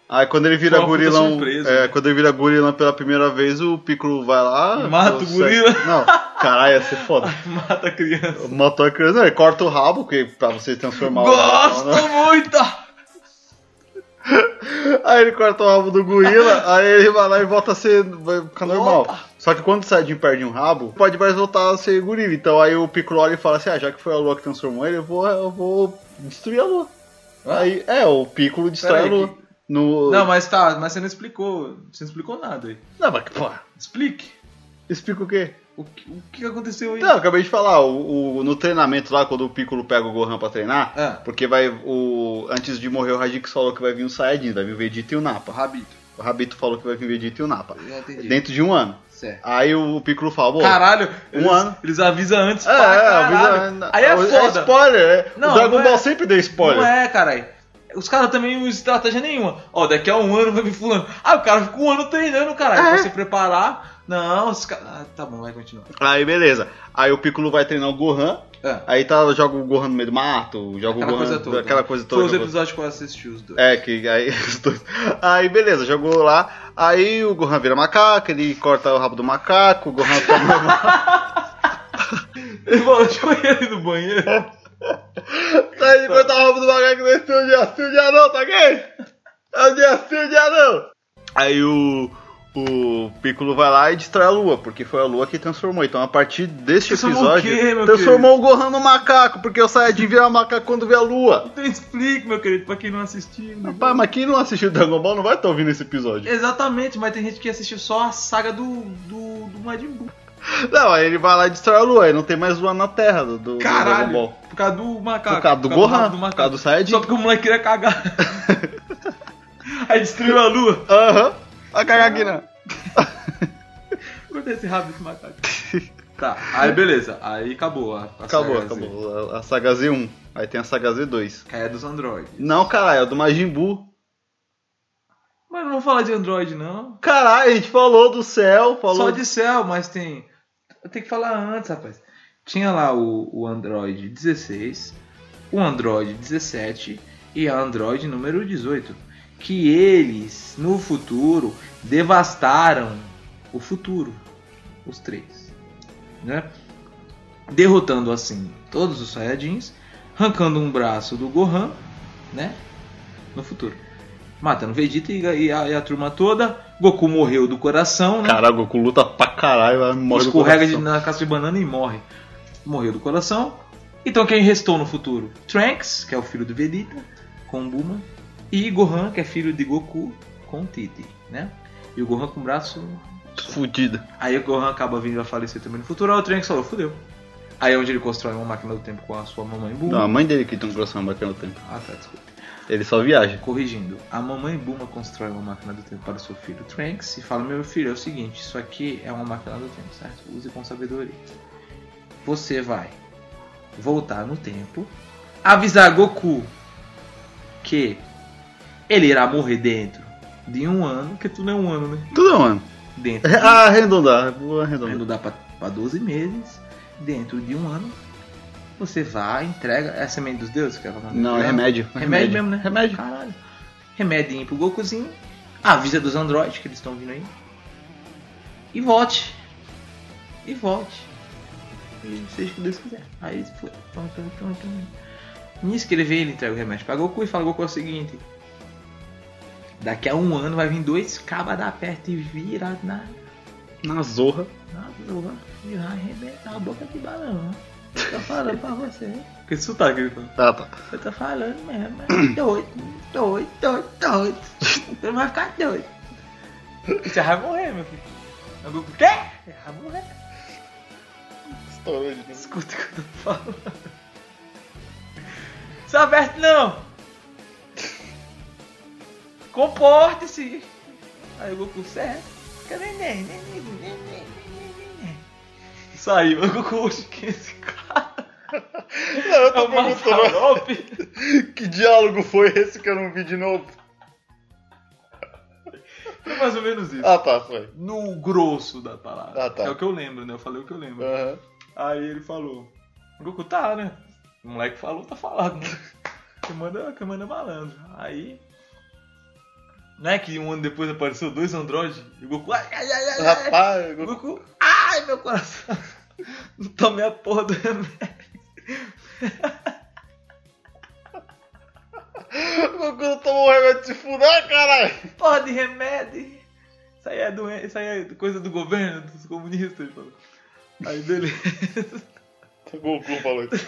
Speaker 2: Aí quando ele vira
Speaker 1: Foi uma puta
Speaker 2: gorilão.
Speaker 1: surpresa.
Speaker 2: é, quando ele vira gorilão pela primeira vez, o Piccolo vai lá.
Speaker 1: Mata o
Speaker 2: consegue-
Speaker 1: gorila.
Speaker 2: Não, caralho, ia ser foda.
Speaker 1: Mata a criança.
Speaker 2: Matou a criança. Não, ele corta o rabo, que pra você transformar o rabo.
Speaker 1: Gosto muito!
Speaker 2: Aí ele corta o rabo do gorila, aí ele vai lá e volta a ser. Vai ficar normal. Só que quando o Saiyajin perde um rabo, pode mais voltar a ser gorila. Então aí o Piccolo olha e fala assim: ah, já que foi a lua que transformou ele, eu vou, eu vou destruir a lua. Aí, é, o Piccolo destrói
Speaker 1: Peraí,
Speaker 2: a lua. No...
Speaker 1: Não, mas tá, mas você não explicou. Você não explicou nada aí.
Speaker 2: Não, mas que porra.
Speaker 1: Explique.
Speaker 2: Explica o quê?
Speaker 1: O que, o que aconteceu aí?
Speaker 2: Não, eu acabei de falar, o, o- no treinamento lá, quando o Piccolo pega o Gohan pra treinar,
Speaker 1: Ah.
Speaker 2: porque vai. O, antes de morrer, o Radix falou que vai vir um Saiyajin, vai vir o Vegeta e o Napa.
Speaker 1: Rabito.
Speaker 2: O Rabito falou que vai vir o Vegeta e o Napa.
Speaker 1: Já entendi.
Speaker 2: Dentro de um ano.
Speaker 1: Certo.
Speaker 2: Aí o Piccolo fala, pô.
Speaker 1: é Caralho,
Speaker 2: um
Speaker 1: eles,
Speaker 2: ano.
Speaker 1: eles avisam antes
Speaker 2: É,
Speaker 1: pra caralho.
Speaker 2: avisa-
Speaker 1: Aí é
Speaker 2: É
Speaker 1: foda.
Speaker 2: spoiler, é.
Speaker 1: Não,
Speaker 2: o Dragon
Speaker 1: não é-
Speaker 2: Ball sempre deu spoiler.
Speaker 1: Não é, caralho. Os caras também não usam estratégia nenhuma. Ó, daqui a um ano vai vir fulano. Ah, o cara fica um ano treinando,
Speaker 2: É.
Speaker 1: caralho, pra se preparar. Não, os caras... Ah, tá bom, vai continuar.
Speaker 2: Aí beleza. Aí o Piccolo vai treinar o Gohan.
Speaker 1: Ah,
Speaker 2: Aí tá, joga o Gohan no meio do mato,
Speaker 1: aquela
Speaker 2: joga o Gohan.
Speaker 1: coisa toda.
Speaker 2: Aquela coisa
Speaker 1: Foi
Speaker 2: toda.
Speaker 1: os episódios que eu assisti, os dois.
Speaker 2: É, que aí os dois. Aí beleza, jogou lá. Aí o Gohan vira macaco, ele corta o rabo do macaco, o Gohan fica normal.
Speaker 1: Ele falou, deixa eu ir ali no banheiro.
Speaker 2: É. Tá Aí ele corta o rabo do macaco nesse o dia sim, o dia não, tá ok? É o dia sim, o dia não. Aí o. O Piccolo vai lá e destrói a lua, porque foi a lua que transformou. Então, a partir deste
Speaker 1: Transformou
Speaker 2: episódio,
Speaker 1: o quê, meu
Speaker 2: transformou o Gohan no macaco, porque o Saiyajin vira macaco quando vê a lua.
Speaker 1: Então explica, meu querido, pra quem não assistiu. né?
Speaker 2: Rapaz, mas quem não assistiu Dragon Ball não vai estar ouvindo esse episódio.
Speaker 1: É. Exatamente, mas tem gente que assistiu só a saga do, do, do Majin Buu.
Speaker 2: Não, aí ele vai lá e destrói a lua, aí não tem mais lua na Terra do, do do Dragon
Speaker 1: Caralho,
Speaker 2: Ball.
Speaker 1: por causa do macaco.
Speaker 2: Por causa do Gohan,
Speaker 1: rabo
Speaker 2: por causa do Saiyajin.
Speaker 1: Só porque o moleque queria cagar. Aí destruiu a lua.
Speaker 2: Aham, a cagaquina.
Speaker 1: Cortei esse rabo desse macaco. Tá, aí beleza. Aí acabou a, a
Speaker 2: Acabou,
Speaker 1: saga Z.
Speaker 2: acabou. A, a saga Z1, aí tem a saga Z2.
Speaker 1: Que é dos androides.
Speaker 2: Não, caralho, é do Majin Buu.
Speaker 1: Mas não vou falar de android, não.
Speaker 2: Caralho, a gente falou do céu, falou...
Speaker 1: Só de céu, mas tem... Eu tenho que falar antes, rapaz. Tinha lá o, o android 16, o android 17 e a android número 18. Que eles, no futuro, devastaram o futuro. Os três. Né? derrotando assim todos os Saiyajins, arrancando um braço do Gohan, né? No futuro. Matando Vegeta e, e a, e a turma toda. Goku morreu do coração, né?
Speaker 2: Caralho, o Goku luta pra caralho, vai morrer do
Speaker 1: Escorrega de-
Speaker 2: coração.
Speaker 1: na casca de banana e morre. Morreu do coração. Então quem restou no futuro? Trunks, que é o filho do Vegeta, com Buma. E Gohan, que é filho de Goku, com Titi, né? E o Gohan com o braço
Speaker 2: fudida.
Speaker 1: Aí o Gohan acaba vindo a falecer também no futuro. Aí o Trunks falou, fudeu. Aí é onde ele constrói uma máquina do tempo com a sua mamãe Bulma.
Speaker 2: Não, a mãe dele que tem um coração bacana no tempo.
Speaker 1: Ah tá, desculpa.
Speaker 2: Ele só viaja.
Speaker 1: Corrigindo, a mamãe Bulma constrói uma máquina do tempo para o seu filho Trunks e fala: Meu filho, é o seguinte, isso aqui é uma máquina do tempo, certo? Use com sabedoria. Você vai voltar no tempo, avisar Goku que ele irá morrer dentro de um ano, que tudo é um ano, né?
Speaker 2: Tudo, mano.
Speaker 1: Dentro. de- um
Speaker 2: Ah, arredondar. Vou arredondar.
Speaker 1: Não dá pra, pra 12 meses, dentro de um ano, você vai, entrega. É a semente dos deuses que ela mandou?
Speaker 2: Não, é remédio.
Speaker 1: Remédio, mesmo, né?
Speaker 2: Remédio.
Speaker 1: Caralho. Remedinho pro Gokuzinho. Avisa dos androides que eles estão vindo aí. E volte. E volte. E seja o que Deus quiser. Aí foi. Tum, tum, tum, tum. Nisso que ele vê, ele entrega o remédio pra Goku e fala: Goku é o seguinte. Daqui a um ano vai vir dois cabas da perto e virar na
Speaker 2: Na zorra.
Speaker 1: ah, porra, e vai arrebentar a boca de balão. Eu tô falando pra você. Que sotaque ele tá?
Speaker 2: Ah, tá.
Speaker 1: Eu tô falando mesmo, mas doido, doido, doido, doido. Você vai ficar doido. Você vai morrer, meu filho. Eu digo, o quê? Você vai morrer.
Speaker 2: Estourou de novo.
Speaker 1: Escuta o que eu tô falando. Seu Alberto, não! Comporte-se! Aí o Goku, certo? Fica neném, neném, neném, neném, neném, neném. Saiu, o Goku, que esse cara
Speaker 2: Não, eu
Speaker 1: é
Speaker 2: tô
Speaker 1: uma
Speaker 2: perguntando
Speaker 1: farope.
Speaker 2: que diálogo foi esse que eu não vi de novo.
Speaker 1: Foi mais ou menos isso.
Speaker 2: Ah, tá, foi.
Speaker 1: No grosso da palavra.
Speaker 2: Ah, tá. Ah.
Speaker 1: É o que eu lembro, né? Eu falei o que eu lembro.
Speaker 2: Aham.
Speaker 1: Aí ele falou, Goku tá, né? O moleque falou, tá falado, né? Quem manda, quem manda é malandro. Aí. Não é que um ano depois apareceu dois androides e o Goku. Ai, ai, ai, ai, ai.
Speaker 2: Rapaz,
Speaker 1: O
Speaker 2: Goku-
Speaker 1: Goku. Ai, meu coração! Não tomei a porra do remédio.
Speaker 2: o Goku não tomou um remédio de fudar, caralho.
Speaker 1: Porra de remédio! Isso aí é, doen- isso aí é coisa do governo, dos comunistas, ele falou. Aí beleza.
Speaker 2: O Goku falou isso.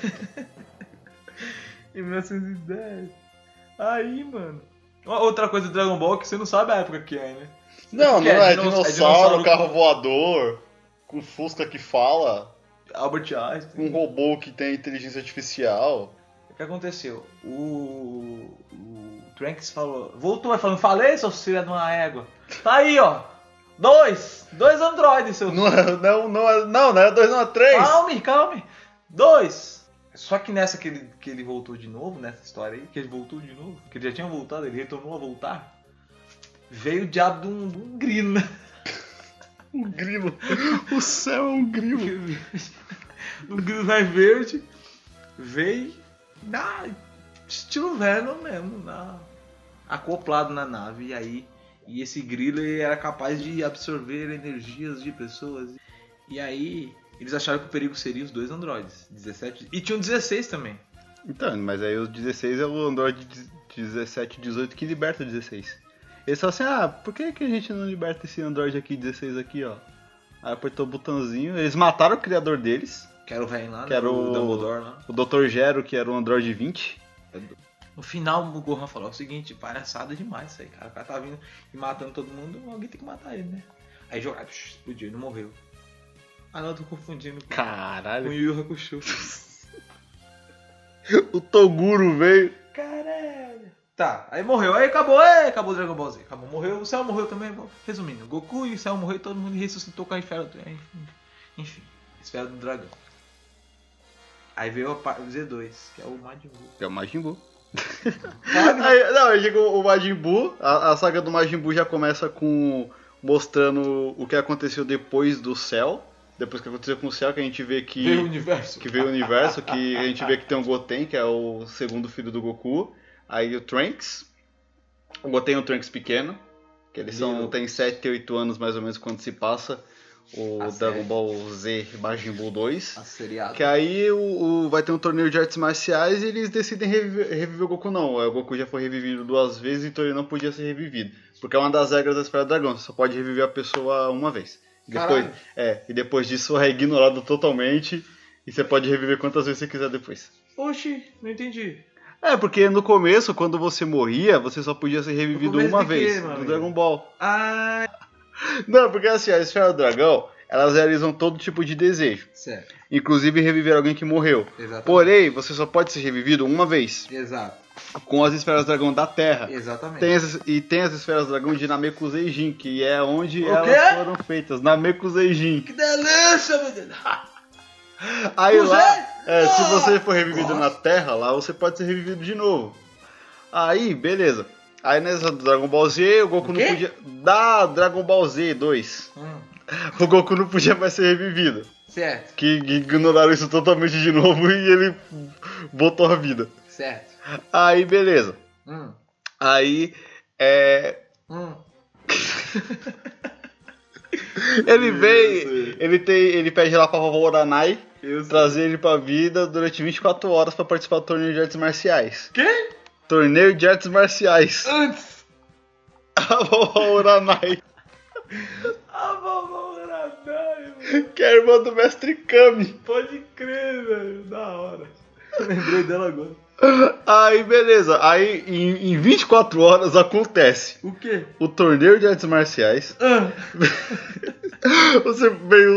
Speaker 1: Em 1910. Aí, mano. Uma Outra coisa do Dragon Ball que você não sabe a época que é, né?
Speaker 2: Não,
Speaker 1: Que
Speaker 2: não é,
Speaker 1: é dinoss- é
Speaker 2: dinossauro,
Speaker 1: dinossauro
Speaker 2: carro
Speaker 1: com-
Speaker 2: voador, com fusca que fala,
Speaker 1: Albert Einstein.
Speaker 2: um robô que tem inteligência artificial.
Speaker 1: O que aconteceu? O, o Trunks falou, voltou falando, falei, seu filho de uma égua. Tá aí, ó. Dois. Dois androides, seu...
Speaker 2: Não é, não, não é, não, não é dois, não é três.
Speaker 1: Calme, calme. Dois. Só que nessa que ele, que ele voltou de novo, nessa história aí, que ele voltou de novo, que ele já tinha voltado, ele retornou a voltar, veio o diabo de um, de um grilo, né?
Speaker 2: Um grilo. O céu é um grilo.
Speaker 1: no grilo vai verde, veio na estilo Venom mesmo, na, acoplado na nave. E aí, e esse grilo ele era capaz de absorver energias de pessoas. E aí, eles acharam que o perigo seria os dois androides, 17 e tinham 16 também.
Speaker 2: Então, mas aí o 16 é o Android de- 17 e 18 que liberta o 16. Eles falam assim, ah, por que, que a gente não liberta esse Android aqui, 16 aqui, ó? Aí apertou o botãozinho, eles mataram o criador deles,
Speaker 1: Que era o velho lá, né?
Speaker 2: Que era o-
Speaker 1: Dumbledore lá.
Speaker 2: o Dr. Gero, que era o Android 20.
Speaker 1: No final, o Gohan falou o seguinte, palhaçada demais isso aí, cara. O cara tá vindo e matando todo mundo, alguém tem que matar ele, né? Aí jogaram, psh, explodiu, ele não morreu. Ah não, eu tô confundindo com- com o
Speaker 2: Caralho.
Speaker 1: Yu Yu Hakusho.
Speaker 2: O Toguro veio.
Speaker 1: Caralho. Tá, aí morreu, aí acabou, aí acabou o Dragon Ball Z. Acabou, morreu, o Cell morreu também. bom, Resumindo, Goku e o Cell morreu, todo mundo ressuscitou com a esfera do... Enfim, enfim esfera do dragão. Aí veio a pa- o Z2, que é o Majin Buu.
Speaker 2: É o Majin Buu.
Speaker 1: Caralho.
Speaker 2: Aí, não, aí chega o Majin Buu, a, a saga do Majin Buu já começa com mostrando o que aconteceu depois do céu. Depois que aconteceu com o céu, que a gente vê que
Speaker 1: Veio o universo.
Speaker 2: que veio o universo, que a gente vê que tem o Goten, que é o segundo filho do Goku, aí o Trunks, o Goten e o Trunks pequeno, que eles são,
Speaker 1: Little.
Speaker 2: tem 7, 8 anos mais ou menos quando se passa o
Speaker 1: A
Speaker 2: Dragon
Speaker 1: série.
Speaker 2: Ball Z Majin Buu 2.
Speaker 1: A seriado.
Speaker 2: Que aí o, o- vai ter um torneio de artes marciais e eles decidem reviver, reviver o Goku não. Aí O Goku já foi revivido duas vezes, então ele não podia ser revivido. Porque é uma das regras da Esfera do Dragão, você só pode reviver a pessoa uma vez. Depois,
Speaker 1: Caralho.
Speaker 2: é, e depois disso é ignorado totalmente e você pode reviver quantas vezes você quiser depois.
Speaker 1: Oxi, não entendi.
Speaker 2: É, porque no começo, quando você morria, você só podia ser revivido
Speaker 1: começo
Speaker 2: uma
Speaker 1: de quê,
Speaker 2: vez
Speaker 1: meu
Speaker 2: no
Speaker 1: amigo?
Speaker 2: Dragon Ball.
Speaker 1: Ah,
Speaker 2: Não, porque assim, a Esfera do Dragão, elas realizam todo tipo de desejo.
Speaker 1: Certo.
Speaker 2: Inclusive reviver alguém que morreu.
Speaker 1: Exatamente.
Speaker 2: Porém, você só pode ser revivido uma vez.
Speaker 1: Exato.
Speaker 2: Com as Esferas do Dragão da Terra.
Speaker 1: Exatamente.
Speaker 2: Tem as- e tem as Esferas do Dragão de Namekusei Jin, que é onde
Speaker 1: O
Speaker 2: elas
Speaker 1: quê?
Speaker 2: foram feitas. Namekusei Jin.
Speaker 1: Que delícia, meu Deus.
Speaker 2: Aí
Speaker 1: Não
Speaker 2: lá,
Speaker 1: sei.
Speaker 2: é, se
Speaker 1: Ah!
Speaker 2: você for revivido na Terra, lá você pode ser revivido de novo. Aí, beleza. Aí nessa do Dragon Ball Z, o Goku
Speaker 1: O
Speaker 2: não
Speaker 1: quê?
Speaker 2: podia. Da Dragon Ball Z 2.
Speaker 1: Hum,
Speaker 2: O Goku não podia mais ser revivido.
Speaker 1: certo,
Speaker 2: Que ignoraram isso totalmente de novo e ele botou a vida.
Speaker 1: certo.
Speaker 2: Aí, beleza.
Speaker 1: Hum,
Speaker 2: Aí, é.
Speaker 1: hum.
Speaker 2: Ele vem.
Speaker 1: Isso.
Speaker 2: Ele, tem, ele pede lá pra vovó Uranai
Speaker 1: Eu sei.
Speaker 2: trazer ele pra vida durante 24 horas pra participar do torneio de artes marciais.
Speaker 1: Quê?
Speaker 2: Torneio de artes marciais.
Speaker 1: Antes.
Speaker 2: A vovó Uranai,
Speaker 1: A vovó Uranai, mano.
Speaker 2: que é a irmã do mestre Kami.
Speaker 1: Pode crer, velho. Da hora. Lembrei dela agora.
Speaker 2: Aí, beleza. Aí, em, em 24 horas acontece
Speaker 1: O quê?
Speaker 2: o torneio de artes marciais.
Speaker 1: Ah,
Speaker 2: Você veio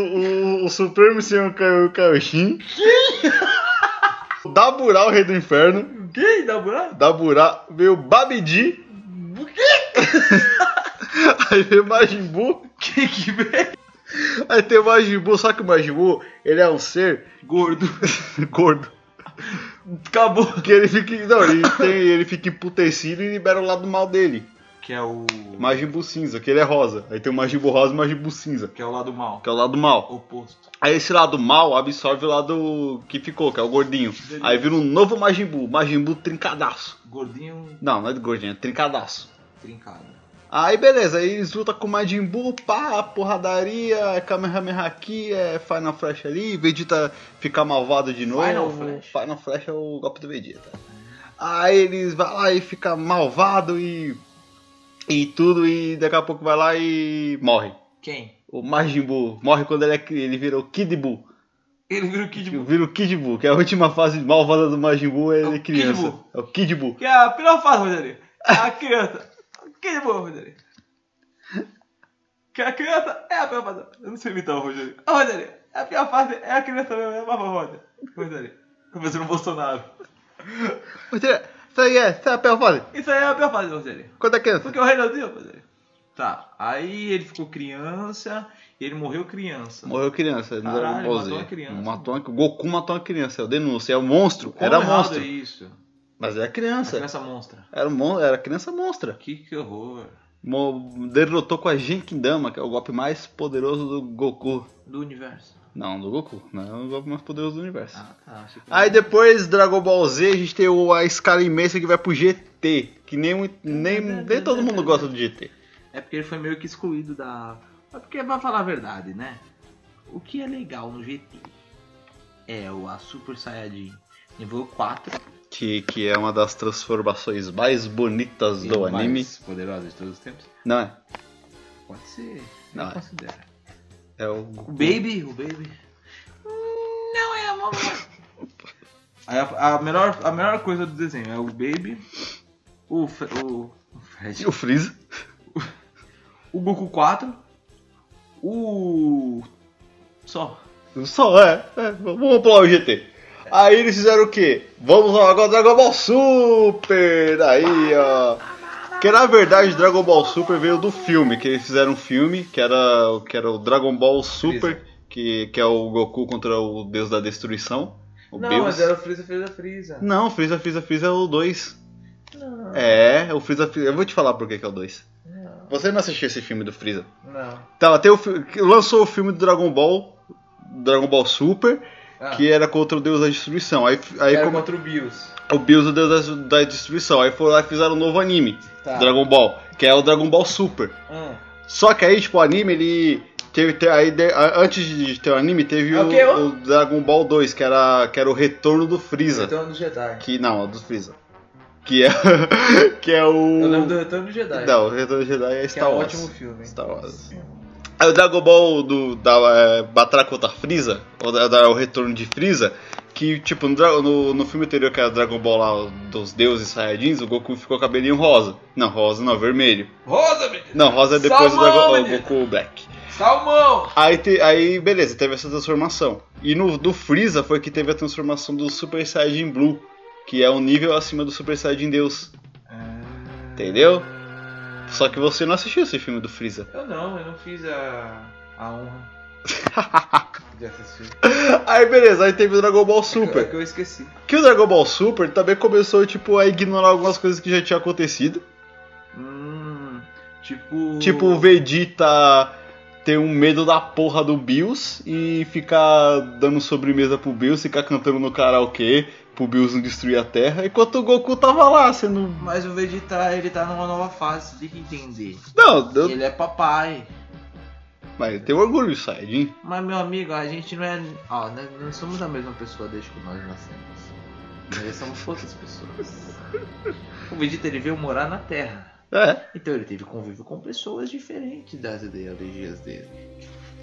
Speaker 2: o, o Supremo Senhor Kaiô Kaioshin. O Daburá, o Rei do Inferno.
Speaker 1: o quê? Da buraco?
Speaker 2: Daburá veio o Babidi.
Speaker 1: O quê?
Speaker 2: Aí veio o Majin Buu.
Speaker 1: Quem que veio?
Speaker 2: Aí tem o Majin Buu, só que o Majin Buu, ele é um ser
Speaker 1: Gordo.
Speaker 2: gordo.
Speaker 1: Acabou.
Speaker 2: Que ele fica, não, ele, tem, ele fica emputecido e libera o lado mal dele.
Speaker 1: Que é o.
Speaker 2: Majin Buu cinza, que ele é rosa. Aí tem o Majin Buu rosa e o Majin Buu cinza,
Speaker 1: Que é o lado mal.
Speaker 2: que é o lado mal.
Speaker 1: Oposto.
Speaker 2: Aí esse lado mal absorve o lado que ficou, que é o gordinho. Aí vira um novo Majin Buu, Majin Buu trincadaço.
Speaker 1: Gordinho
Speaker 2: Não, não é de gordinho, é trincadaço.
Speaker 1: trincado.
Speaker 2: Aí beleza, aí eles lutam com o Majin Buu, pá, porradaria, é Kamehameha aqui, é Final Flash ali, Vegeta fica malvado de novo.
Speaker 1: Final Flash.
Speaker 2: Final Flash é o golpe do Vegeta. Aí eles vai lá e fica malvado e. e tudo, e daqui a pouco vai lá e morre.
Speaker 1: Quem?
Speaker 2: O Majin Buu morre quando ele, é, cri- ele vira o Kid Buu.
Speaker 1: Ele virou Kid Buu.
Speaker 2: Vira o Kid Buu, que é a última fase malvada do Majin Buu,
Speaker 1: É o
Speaker 2: ele é
Speaker 1: Kid
Speaker 2: criança.
Speaker 1: Buu.
Speaker 2: É o Kid Buu.
Speaker 1: Que é a pior fase, Rogério. É A criança. Kid Buu, Rogério. Que a criança é a pior fase. Eu não sei imitar o Rogério. Ô, Rogério, a pior fase é a criança mesmo, é a babá, Rogério. Rogério. Professor um Bolsonaro.
Speaker 2: Mas, é, Isso aí é, isso é a pior fase.
Speaker 1: Isso aí é a pior fase, Rogério.
Speaker 2: Quando é criança?
Speaker 1: Porque o Reinaldinho, Rogério. Tá, aí ele ficou criança, ele morreu criança.
Speaker 2: Morreu criança, não era
Speaker 1: Caralho,
Speaker 2: Dragon Ball Z.
Speaker 1: matou uma criança.
Speaker 2: Matou uma- O Goku matou uma criança, eu denúncio. É um monstro,
Speaker 1: Como
Speaker 2: era
Speaker 1: errado
Speaker 2: monstro.
Speaker 1: É isso.
Speaker 2: Mas era
Speaker 1: Uma
Speaker 2: criança.
Speaker 1: criança monstra.
Speaker 2: Era, um mon... era criança monstra.
Speaker 1: Que, que horror.
Speaker 2: Mo- Derrotou com a Genkidama, que é o golpe mais poderoso do Goku.
Speaker 1: Do universo.
Speaker 2: Não, do Goku. Não é o golpe mais poderoso do universo.
Speaker 1: Ah, tá. achei que-
Speaker 2: Aí depois, Dragon Ball Z, a gente tem o- a escala imensa que vai pro GT. Que nem, mu- nem, nem todo mundo gosta do GT.
Speaker 1: É porque ele foi meio que excluído da. É porque, pra falar a verdade, né? O que é legal no GT é o a Super Saiyajin nível 4.
Speaker 2: Que, que é uma das transformações mais bonitas do
Speaker 1: e é mais
Speaker 2: anime.
Speaker 1: poderosa de todos os tempos.
Speaker 2: Não é?
Speaker 1: Pode ser.
Speaker 2: Não
Speaker 1: Não,
Speaker 2: é.
Speaker 1: considera.
Speaker 2: É o
Speaker 1: O
Speaker 2: Goku.
Speaker 1: Baby, o Baby. Hum, Não é a mamãe. Aí a, a melhor, a melhor coisa do desenho é o Baby, o, Fre- o, o Fred,
Speaker 2: O Freeza.
Speaker 1: o Goku 4, o. Só.
Speaker 2: Só é, é, vamos pular o GT. Aí eles fizeram o quê? Vamos lá agora Dragon Ball Super! Aí, ó. Que na verdade Dragon Ball Super veio do filme, que eles fizeram um filme que era, o- que era o Dragon Ball Super, que, que é o Goku contra o Deus da Destruição. O
Speaker 1: não,
Speaker 2: Beus.
Speaker 1: mas era o Freeza, Freeza, Freeza.
Speaker 2: Não, Freeza, Freeza, Freeza é o 2. É, o Freeza, Freeza. Eu vou te falar por que que é o 2. Você não assistiu esse filme do Freeza?
Speaker 1: Não.
Speaker 2: Tá, tem o, fi- que lançou o filme do Dragon Ball, Dragon Ball Super,
Speaker 1: Ah.
Speaker 2: que era contra o Deus da Destruição. Aí, aí
Speaker 1: era
Speaker 2: como-
Speaker 1: contra o Bills.
Speaker 2: o Bills, o Deus da, da Destruição. Aí foram lá e fizeram um novo anime,
Speaker 1: Tá.
Speaker 2: Dragon Ball, que é o Dragon Ball Super.
Speaker 1: Ah.
Speaker 2: Só que aí, tipo, o anime, ele... Teve, te- aí, de- a- antes de ter o anime, teve
Speaker 1: É o
Speaker 2: o,
Speaker 1: quê, ô?
Speaker 2: o Dragon Ball 2, que era, que era o Retorno do Freeza.
Speaker 1: Retorno do Jedi.
Speaker 2: Que, não, do Freeza. Que é, que é o...
Speaker 1: Eu lembro do Retorno do Jedi.
Speaker 2: Não, o Retorno do Jedi é
Speaker 1: que
Speaker 2: Star
Speaker 1: é um
Speaker 2: Wars.
Speaker 1: ótimo filme.
Speaker 2: Star Wars. Aí o Dragon Ball do, da é, Batalha contra Freeza, ou da, da- o Retorno de Freeza, que tipo, no, Dra- no, no filme anterior que era Dragon Ball lá dos deuses Saiyajins, o Goku ficou com o cabelinho rosa. Não, rosa não, vermelho.
Speaker 1: Rosa, menino!
Speaker 2: Não, rosa é depois do
Speaker 1: Salmão,
Speaker 2: Dragon, o
Speaker 1: menino.
Speaker 2: Goku Black.
Speaker 1: Salmão!
Speaker 2: Aí, te- aí, beleza, teve essa transformação. E no do Freeza foi que teve a transformação do Super Saiyajin Blue, que é um nível acima do Super Saiyajin Deus. Entendeu? Só que você não assistiu esse filme do Freeza.
Speaker 1: Eu não, eu não fiz a, a honra de assistir.
Speaker 2: Aí beleza, aí teve o Dragon Ball
Speaker 1: É
Speaker 2: Super.
Speaker 1: que eu esqueci.
Speaker 2: Que o Dragon Ball Super também começou, tipo, a ignorar algumas coisas que já tinham acontecido.
Speaker 1: Hum, tipo.
Speaker 2: Tipo, o Vegeta ter um medo da porra do Bills e ficar dando sobremesa pro Bills, ficar cantando no karaokê pro Bills não destruir a Terra, enquanto o Goku tava lá sendo...
Speaker 1: Mas o Vegeta, ele tá numa nova fase, você tem que entender.
Speaker 2: Não, eu...
Speaker 1: Ele é papai.
Speaker 2: mas eu tenho orgulho do Saiyajin.
Speaker 1: Mas, meu amigo, a gente não é. Ó, nós não somos a mesma pessoa desde que nós nascemos. Nós somos outras pessoas. O Vegeta, ele veio morar na Terra.
Speaker 2: É,
Speaker 1: Então ele teve convívio com pessoas diferentes das ideologias dele.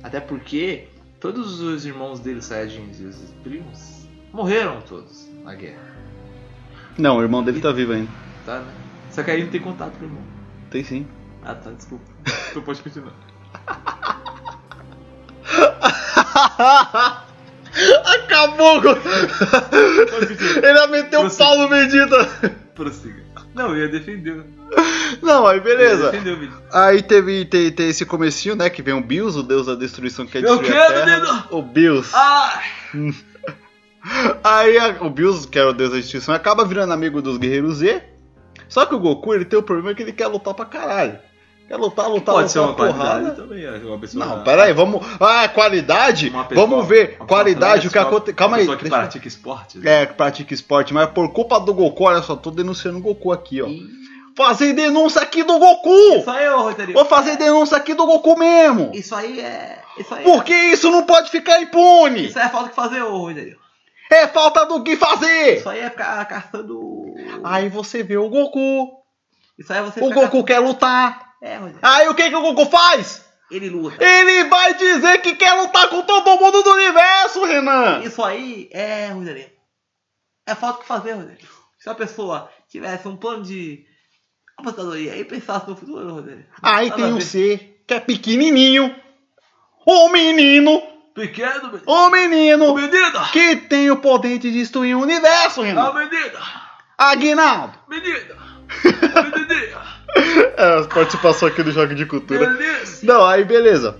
Speaker 1: Até porque todos os irmãos dele, Saiyajins e os primos, morreram todos na guerra,
Speaker 2: não, o irmão dele tá vivo ainda.
Speaker 1: tá? Né? Só que aí não tem contato com o irmão.
Speaker 2: Tem sim.
Speaker 1: Ah tá, desculpa. Tu pode continuar.
Speaker 2: Acabou! Goku.
Speaker 1: Pode continuar.
Speaker 2: Ele meteu o pau no Vegeta!
Speaker 1: Prossiga. Não, eu ia defender.
Speaker 2: Não, aí beleza.
Speaker 1: Defendeu o vídeo.
Speaker 2: Aí teve, te- tem esse comecinho, né? Que vem o Bills, o deus da destruição que é
Speaker 1: Eu
Speaker 2: destruir a
Speaker 1: quero,
Speaker 2: terra. O Bills.
Speaker 1: Ah!
Speaker 2: Aí a- o Bills, que era o deus da destruição, acaba virando amigo dos guerreiros Z. Só que o Goku, ele tem o problema que ele quer lutar pra caralho. Quer lutar, lutar,
Speaker 1: pode ser
Speaker 2: lutar
Speaker 1: uma qualidade também, é uma pessoa.
Speaker 2: Não, peraí, vamos. Ah, qualidade?
Speaker 1: Uma pessoa-
Speaker 2: Vamos ver.
Speaker 1: uma pessoa
Speaker 2: Qualidade, o que
Speaker 1: atleta,
Speaker 2: acontece.
Speaker 1: uma
Speaker 2: Calma aí.
Speaker 1: Pessoa que
Speaker 2: deixa-
Speaker 1: pratica esporte.
Speaker 2: É, que pratica esporte, mas por culpa do Goku, olha só, tô denunciando o Goku aqui, ó. Fazer denúncia aqui do Goku!
Speaker 1: Isso aí é o Rotary.
Speaker 2: Vou fazer denúncia aqui do Goku mesmo!
Speaker 1: Isso aí é. Isso aí
Speaker 2: Porque isso não pode ficar
Speaker 1: é.
Speaker 2: impune!
Speaker 1: Isso aí é falta que fazer, ô Rogério.
Speaker 2: É falta do que fazer!
Speaker 1: Isso aí é ficar caçando.
Speaker 2: Aí você vê o Goku,
Speaker 1: Isso aí é você
Speaker 2: o
Speaker 1: ficar
Speaker 2: Goku quer lutar.
Speaker 1: caçando- É, Rogério.
Speaker 2: Aí o que, que o Goku faz?
Speaker 1: Ele luta.
Speaker 2: Ele vai dizer que quer lutar com todo mundo do universo, Renan!
Speaker 1: Isso aí é, Rogério. É falta que fazer, Rogério. Se a pessoa tivesse um plano de aposentadoria e pensasse no futuro, Rogério.
Speaker 2: Aí
Speaker 1: Nada
Speaker 2: tem
Speaker 1: a
Speaker 2: um
Speaker 1: ver.
Speaker 2: ser que é pequenininho, o menino,
Speaker 1: Pequeno, menino.
Speaker 2: o menino,
Speaker 1: Menino!
Speaker 2: que tem o poder de destruir o universo,
Speaker 1: Ah,
Speaker 2: Renan.
Speaker 1: menino!
Speaker 2: Aguinaldo.
Speaker 1: Menino! Menino!
Speaker 2: É, as participação aqui do Jogo de Cultura.
Speaker 1: Beleza!
Speaker 2: Não, aí beleza.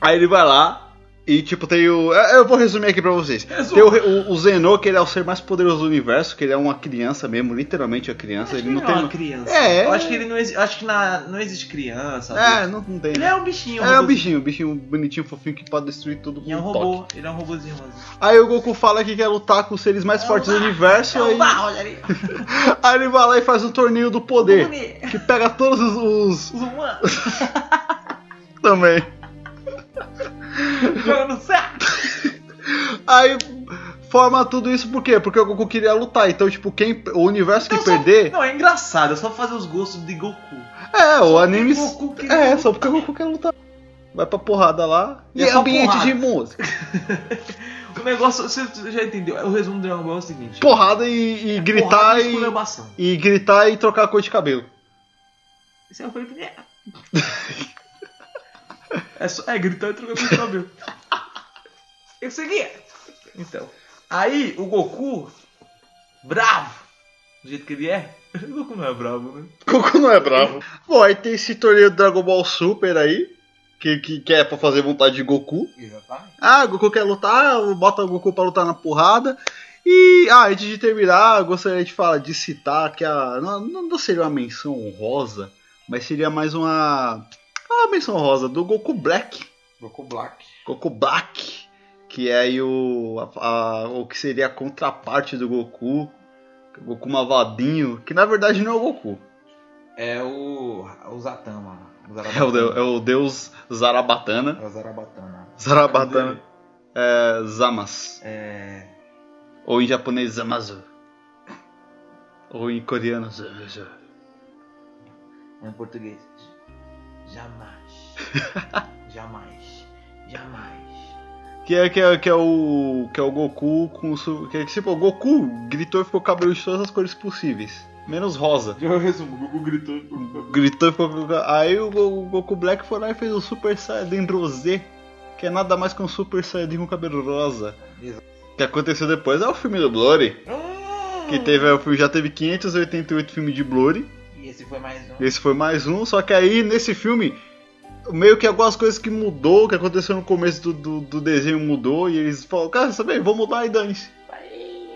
Speaker 2: Aí ele vai lá e, tipo, tem o... é, Eu vou resumir aqui pra vocês.
Speaker 1: Resumo.
Speaker 2: Tem o, re- o, o Zenô, que ele é o ser mais poderoso do universo, que ele é uma criança mesmo, literalmente uma criança. Ele não
Speaker 1: é uma
Speaker 2: tem...
Speaker 1: criança.
Speaker 2: É.
Speaker 1: Eu acho que ele não existe. Acho que na, não existe criança.
Speaker 2: É, não, não tem.
Speaker 1: Ele é um bichinho.
Speaker 2: É um
Speaker 1: robôzinho.
Speaker 2: bichinho, um bichinho bonitinho, fofinho, que pode destruir tudo com
Speaker 1: Ele é um
Speaker 2: um
Speaker 1: robô.
Speaker 2: toque.
Speaker 1: Ele é um robôzinho. Mas...
Speaker 2: Aí o Goku fala que quer lutar com os seres
Speaker 1: É um
Speaker 2: mais fortes do universo, aí,
Speaker 1: Rogério.
Speaker 2: aí ele vai lá e faz um torneio do poder,
Speaker 1: Os
Speaker 2: que pega todos os... os-
Speaker 1: humanos.
Speaker 2: também.
Speaker 1: Joga no certo.
Speaker 2: Aí forma tudo isso por quê? Porque o Goku queria lutar. Então, tipo, quem o universo que
Speaker 1: Então, só-
Speaker 2: perder.
Speaker 1: Não, é engraçado. É só fazer os gostos de Goku.
Speaker 2: É, o anime.
Speaker 1: Goku queria
Speaker 2: É,
Speaker 1: lutar.
Speaker 2: só porque o Goku quer lutar. Vai pra porrada lá.
Speaker 1: E
Speaker 2: E,
Speaker 1: é só
Speaker 2: ambiente
Speaker 1: porrada.
Speaker 2: de música.
Speaker 1: O negócio, você você já entendeu. O resumo do Dragon Ball é o seguinte:
Speaker 2: Porrada e, e gritar
Speaker 1: Porrada é
Speaker 2: e.
Speaker 1: esculhambação.
Speaker 2: E gritar e trocar a cor de cabelo.
Speaker 1: Esse é o Felipe Neto. É, só, é gritar e trocando de cabelo. Eu segui. Então. Aí o Goku, bravo, do jeito que ele é. O Goku não é bravo, né?
Speaker 2: Goku não é bravo. Bom, aí tem esse torneio do Dragon Ball Super aí. Que, que, que é pra fazer vontade de Goku.
Speaker 1: Exatamente.
Speaker 2: Ah, Goku quer lutar, bota o Goku pra lutar na porrada. E, ah, antes de terminar, eu gostaria de falar, de citar que a. Não, não seria uma menção honrosa, mas seria mais uma. Uma menção honrosa do Goku Black.
Speaker 1: Goku Black.
Speaker 2: Goku Black, que é aí o. a- a- o que seria a contraparte do Goku. Goku Mavadinho, que na verdade não é o Goku.
Speaker 1: É o. O Zatama. O
Speaker 2: É o, de- é o deus Zarabatana.
Speaker 1: É o Zarabatana.
Speaker 2: Zarabatana. É, Zamas.
Speaker 1: É.
Speaker 2: Ou em japonês, Zamazu. Ou em coreano, Zamazu.
Speaker 1: Em português. Jamais. Jamais. Jamais.
Speaker 2: Que é, que é, que é o. Que é o Goku com o. su- Que é tipo, o Goku gritou e ficou cabelo de todas as cores possíveis. Menos rosa.
Speaker 1: Eu resumo, é o Goku gritou.
Speaker 2: Gritou e ficou. com- Aí o, Go- o Goku Black foi lá e fez o Super Saiyajin Rosé. Que é nada mais que um Super Saiyajin com cabelo rosa.
Speaker 1: Exato.
Speaker 2: O que aconteceu depois é o filme do Blory.
Speaker 1: Ah!
Speaker 2: Que teve, o filme já teve 588 filmes de Blory.
Speaker 1: E esse foi mais um.
Speaker 2: Esse foi mais um, só que aí nesse filme, meio que algumas coisas que mudou, que aconteceu no começo do, do, do desenho mudou, e eles falaram, cara, sabe, vou mudar e dane-se.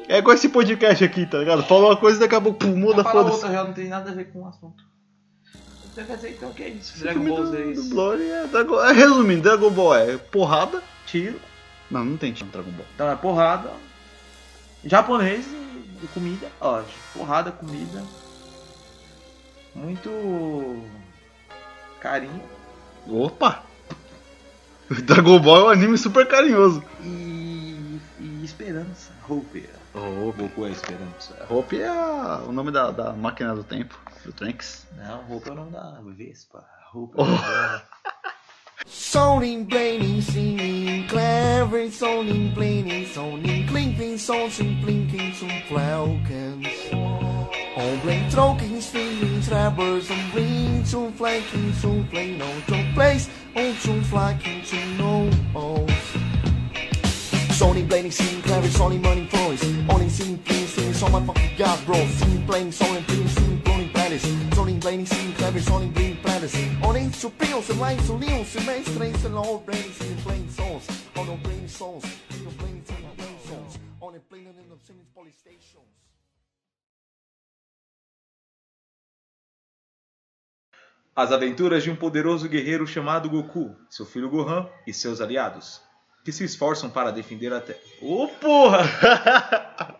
Speaker 2: É igual esse podcast aqui, tá ligado? Falou uma coisa e daqui a pouco pum, muda,
Speaker 1: Fala
Speaker 2: foda-se.
Speaker 1: outra, já não tem nada a ver com o assunto. Deve ser então o que é isso?
Speaker 2: Esse
Speaker 1: Dragon
Speaker 2: filme
Speaker 1: Ball Z.
Speaker 2: do- do Bloody é Dragon- é, Resumindo, Dragon Ball é porrada.
Speaker 1: Tiro.
Speaker 2: Não, não tem tiro no Dragon Ball.
Speaker 1: Então é porrada. Japonês e comida. Ó, porrada, comida. Muito. carinho.
Speaker 2: Opa! Dragon Ball é um anime super carinhoso.
Speaker 1: E. e esperança. Hope. Goku é esperança.
Speaker 2: Hope é a- o nome da, da máquina do tempo, do Trunks.
Speaker 1: Não, roupa não dá. Vespa. Roupa.
Speaker 7: Sonin, blaning, singing, clever, sonin, blaning, sonin, clinking, sonin, blinking, som flaukens. Ombling, troking, swinging, trabbers, som ring, som flanking, som plain, on som place, on som flanking, som no os. Sony blading, singing, clever, Sony money voice. Only singing, please, singing, so my fucking god, bro. Singing, playing, Sony, please, singing, blowing planets. Sony blading, singing, clever, Sony bleeding planets. Only to pills, and lines to neons, and main strains, and all blading, singing, playing songs. On the playing songs, singing, playing, singing, playing songs. Only playing, and then singing, police stations.
Speaker 1: As aventuras de um poderoso guerreiro chamado Goku, seu filho Gohan e seus aliados, que se esforçam para defender a Terra. Ô porra!